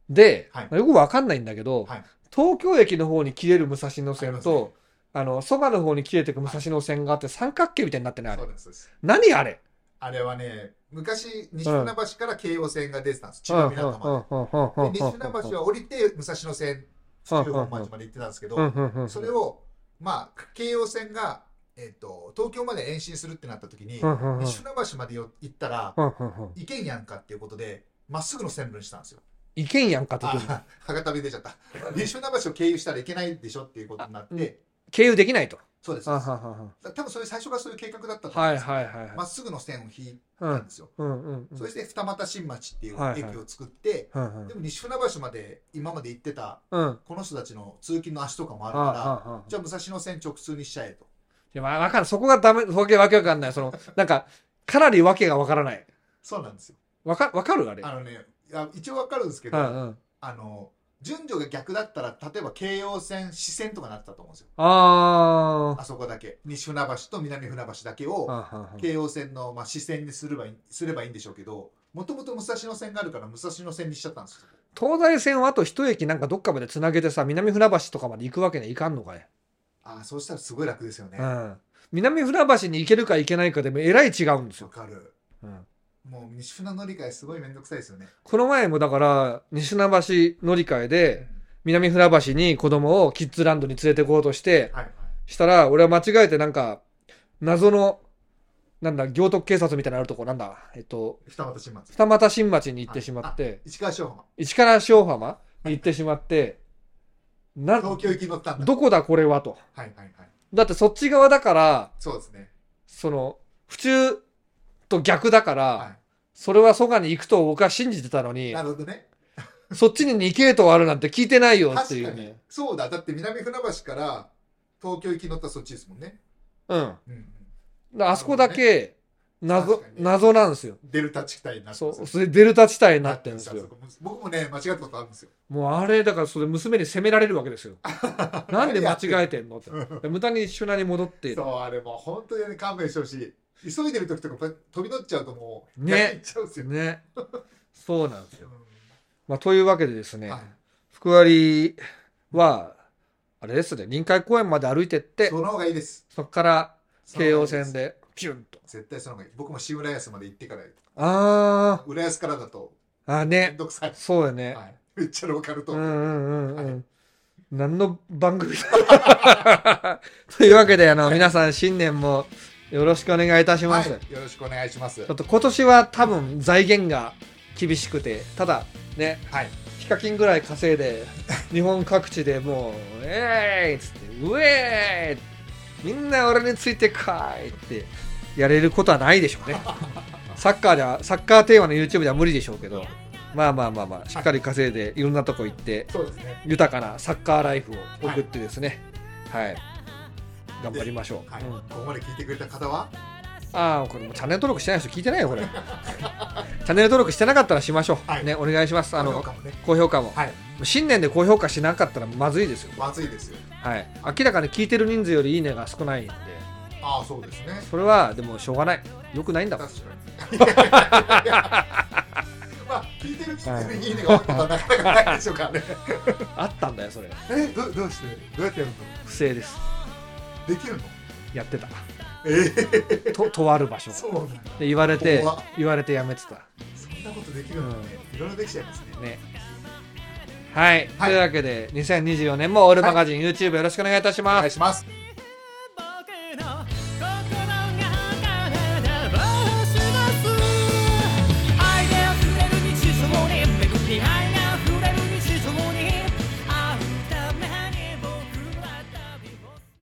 [SPEAKER 2] で、
[SPEAKER 1] はい
[SPEAKER 2] よくわかんないんだけど、
[SPEAKER 1] はい
[SPEAKER 2] 東京駅の方に切れる武蔵野
[SPEAKER 1] あり
[SPEAKER 2] 線
[SPEAKER 1] ますね
[SPEAKER 2] と、あの、そばの方に切れてく武蔵野線があって、三角形みたいになってないあれ
[SPEAKER 1] そう。です、そうです。
[SPEAKER 2] 何あれ
[SPEAKER 1] あれはね、昔、西船橋から京葉線が出てたんです。千
[SPEAKER 2] うんうん
[SPEAKER 1] 葉
[SPEAKER 2] うん
[SPEAKER 1] 港ま
[SPEAKER 2] うんうん
[SPEAKER 1] で。で、西船橋は降りて武蔵野線、
[SPEAKER 2] うん
[SPEAKER 1] 中央町まで行ってたんですけど、
[SPEAKER 2] うんうんうん
[SPEAKER 1] それを、まあ、京葉線が、えっと、東京まで延伸するってなった時に
[SPEAKER 2] う、んうんうん
[SPEAKER 1] 西船橋までよ行ったら、
[SPEAKER 2] うんうんうん
[SPEAKER 1] 行けんやんかっていうことで、まっすぐの線路にしたんですよ。
[SPEAKER 2] いけんやんかって時に
[SPEAKER 1] あ、博多弁出ちゃ った。西船橋を経由したらいけないでしょっていうことになっ
[SPEAKER 2] あう
[SPEAKER 1] て、
[SPEAKER 2] 経由できないと。
[SPEAKER 1] そうです。
[SPEAKER 2] あ
[SPEAKER 1] そう
[SPEAKER 2] は
[SPEAKER 1] です
[SPEAKER 2] はは
[SPEAKER 1] 多分それ最初がそういう計画だったと思
[SPEAKER 2] は
[SPEAKER 1] うんで
[SPEAKER 2] い
[SPEAKER 1] すよ
[SPEAKER 2] はいはい
[SPEAKER 1] ま
[SPEAKER 2] はい
[SPEAKER 1] っすぐの線を引いうたん
[SPEAKER 2] ん
[SPEAKER 1] ですよ。
[SPEAKER 2] うんうんうん
[SPEAKER 1] そして二俣新町っていう
[SPEAKER 2] はいはい
[SPEAKER 1] 駅を作って、
[SPEAKER 2] うんうん
[SPEAKER 1] でも西船橋まで今まで行ってた
[SPEAKER 2] うんは
[SPEAKER 1] この人たちの通勤の足とかもある
[SPEAKER 2] あ
[SPEAKER 1] か
[SPEAKER 2] は
[SPEAKER 1] ら、
[SPEAKER 2] あはあ
[SPEAKER 1] じゃあ武蔵野線直通にしちゃえと。
[SPEAKER 2] いやまあわかんないそこがダメわけわけわかんないそのなんかかなりわけがわからない
[SPEAKER 1] そうなんですよ。
[SPEAKER 2] わかわかるあれ
[SPEAKER 1] あのね、いや一応わかるんですけ
[SPEAKER 2] う
[SPEAKER 1] ど、
[SPEAKER 2] んうん
[SPEAKER 1] あの、順序が逆だったら、例えば京葉線、四線とかなってたと思うんですよ。
[SPEAKER 2] あー
[SPEAKER 1] あそこだけ。西船橋と南船橋だけを、
[SPEAKER 2] はあはあはあ
[SPEAKER 1] 京王線の、まあ、支線にすればいいすればいいんでしょうけど、もともと武蔵野線があるから武蔵野線にしちゃったんですよ。
[SPEAKER 2] 東西線をあと一駅なんかどっかまでつなげてさ南船橋とかまで行くわけにはいかんのかね
[SPEAKER 1] ああ、そうしたらすごい楽ですよね。
[SPEAKER 2] う
[SPEAKER 1] わ、
[SPEAKER 2] ん南船橋に行けるか行けないかでもえらい違うんですよ、
[SPEAKER 1] かる。
[SPEAKER 2] うん
[SPEAKER 1] もう西船乗り換えすごいめんどくさいですよね。
[SPEAKER 2] この前もだから西船橋乗り換えで南船橋に子供をキッズランドに連れてこうとして
[SPEAKER 1] はいはい。
[SPEAKER 2] したら俺は間違えてなんか謎のなんだ行徳警察みたいなのあるとこなんだえっと
[SPEAKER 1] 二俣新松。
[SPEAKER 2] 二俣新町に行ってしまって
[SPEAKER 1] 市川商浜。
[SPEAKER 2] 市川塩浜に行ってしまってな
[SPEAKER 1] 東京行き乗ったんだ。
[SPEAKER 2] どこだこれはと
[SPEAKER 1] はいはいはい。
[SPEAKER 2] だってそっち側だから
[SPEAKER 1] そうですね。
[SPEAKER 2] その、府中と逆だから、
[SPEAKER 1] は
[SPEAKER 2] それは蘇我に行くと僕は信じてたの
[SPEAKER 1] い。
[SPEAKER 2] に
[SPEAKER 1] な、るほどね。
[SPEAKER 2] そっちに2系統あるなんて聞いてないよって
[SPEAKER 1] 確
[SPEAKER 2] い
[SPEAKER 1] か
[SPEAKER 2] う
[SPEAKER 1] に
[SPEAKER 2] ね。。
[SPEAKER 1] そうだ。だって南船橋から東京行き乗ったらそっちですもんね。
[SPEAKER 2] うん。
[SPEAKER 1] うんうん。
[SPEAKER 2] だあそこだけ、謎、
[SPEAKER 1] 確かにね
[SPEAKER 2] 謎なんですよ。
[SPEAKER 1] デルタ地帯になって
[SPEAKER 2] そ
[SPEAKER 1] ますよ
[SPEAKER 2] う、それでデルタ地帯になってるんです
[SPEAKER 1] なっ
[SPEAKER 2] よ。
[SPEAKER 1] てるんですよ僕もね、間違ったことあるんですよ。
[SPEAKER 2] もうあれ、だからそれ娘に責められるわけですよ。 なんで間違えてんのって。
[SPEAKER 1] うん
[SPEAKER 2] で無駄に修羅に戻って
[SPEAKER 1] そ、う、あれもう本当にね勘弁してほしい。急いでる時とか飛び乗っちゃうともう、
[SPEAKER 2] ね
[SPEAKER 1] 逆行っちゃうんですよ。
[SPEAKER 2] ね。そうなんです
[SPEAKER 1] う
[SPEAKER 2] よ。
[SPEAKER 1] ん
[SPEAKER 2] まあ、というわけでですね、
[SPEAKER 1] はい
[SPEAKER 2] 福割は、あれですね、臨海公園まで歩いてって、
[SPEAKER 1] その方がいいです。
[SPEAKER 2] そこから京王
[SPEAKER 1] その方がいいす。
[SPEAKER 2] 線でピュンと。
[SPEAKER 1] 絶対その方がいい。僕も新浦安まで行ってから、
[SPEAKER 2] あ
[SPEAKER 1] 浦安からだと、
[SPEAKER 2] ー、あ
[SPEAKER 1] めん
[SPEAKER 2] ね、
[SPEAKER 1] どくさい。
[SPEAKER 2] そうだね
[SPEAKER 1] は。い、めっちゃローカルと
[SPEAKER 2] うんうんうんう
[SPEAKER 1] は
[SPEAKER 2] ん。何の番組だ というわけで、あの、皆さん新年もよろしくお願いいたし
[SPEAKER 1] は
[SPEAKER 2] ます。
[SPEAKER 1] い、よろしくお願いします。
[SPEAKER 2] ちょっと今年は多分財源が厳しくて、ただね、
[SPEAKER 1] はい。
[SPEAKER 2] ヒカキンぐらい稼いで、日本各地でもう、えーいっつって、うえーいみんな俺についてかーいってやれることはないでしょ うね。サッカーでは、サッカーテーマの YouTube では無理でしょうけど、まあまあまあまあ、しっかり稼いで、いろんなとこ行って、
[SPEAKER 1] そうですね。
[SPEAKER 2] 豊かなサッカーライフを送ってですね、はい、頑張りましょう。
[SPEAKER 1] はい。
[SPEAKER 2] うん
[SPEAKER 1] ここまで聞いてくれた方は、
[SPEAKER 2] ああ、これもうチャンネル登録してない人聞いてないよ、これ。チャンネル登録してなかったらしましょう。
[SPEAKER 1] はい
[SPEAKER 2] ね、お願いします。あの
[SPEAKER 1] 評、価もね、
[SPEAKER 2] 高評価も。
[SPEAKER 1] はい。
[SPEAKER 2] 新年で高評価しなかったらまずいですよ。
[SPEAKER 1] まずいですよ。
[SPEAKER 2] はい。明らかに聞いてる人数よりいいねが少ないんで、
[SPEAKER 1] ああそうですね
[SPEAKER 2] それはでもしょうがないよくないんだもん
[SPEAKER 1] 確かにいやいやいやまあ聞いてる時点でいいねが多いことはなかなかないでしょうからね
[SPEAKER 2] あったんだよそれ
[SPEAKER 1] えどどうしてどうやってやる
[SPEAKER 2] 不正です
[SPEAKER 1] のできるの
[SPEAKER 2] やってた
[SPEAKER 1] ええ
[SPEAKER 2] ととある場所
[SPEAKER 1] そうなんだ
[SPEAKER 2] で言われて
[SPEAKER 1] 怖っ
[SPEAKER 2] 言われてやめてた
[SPEAKER 1] そんなことできるのね、いろいろできちゃいますね
[SPEAKER 2] ねはい、
[SPEAKER 1] はい
[SPEAKER 2] というわけで2024年もオールマガジン、YouTube よろしくお願いいたします、
[SPEAKER 1] お願いします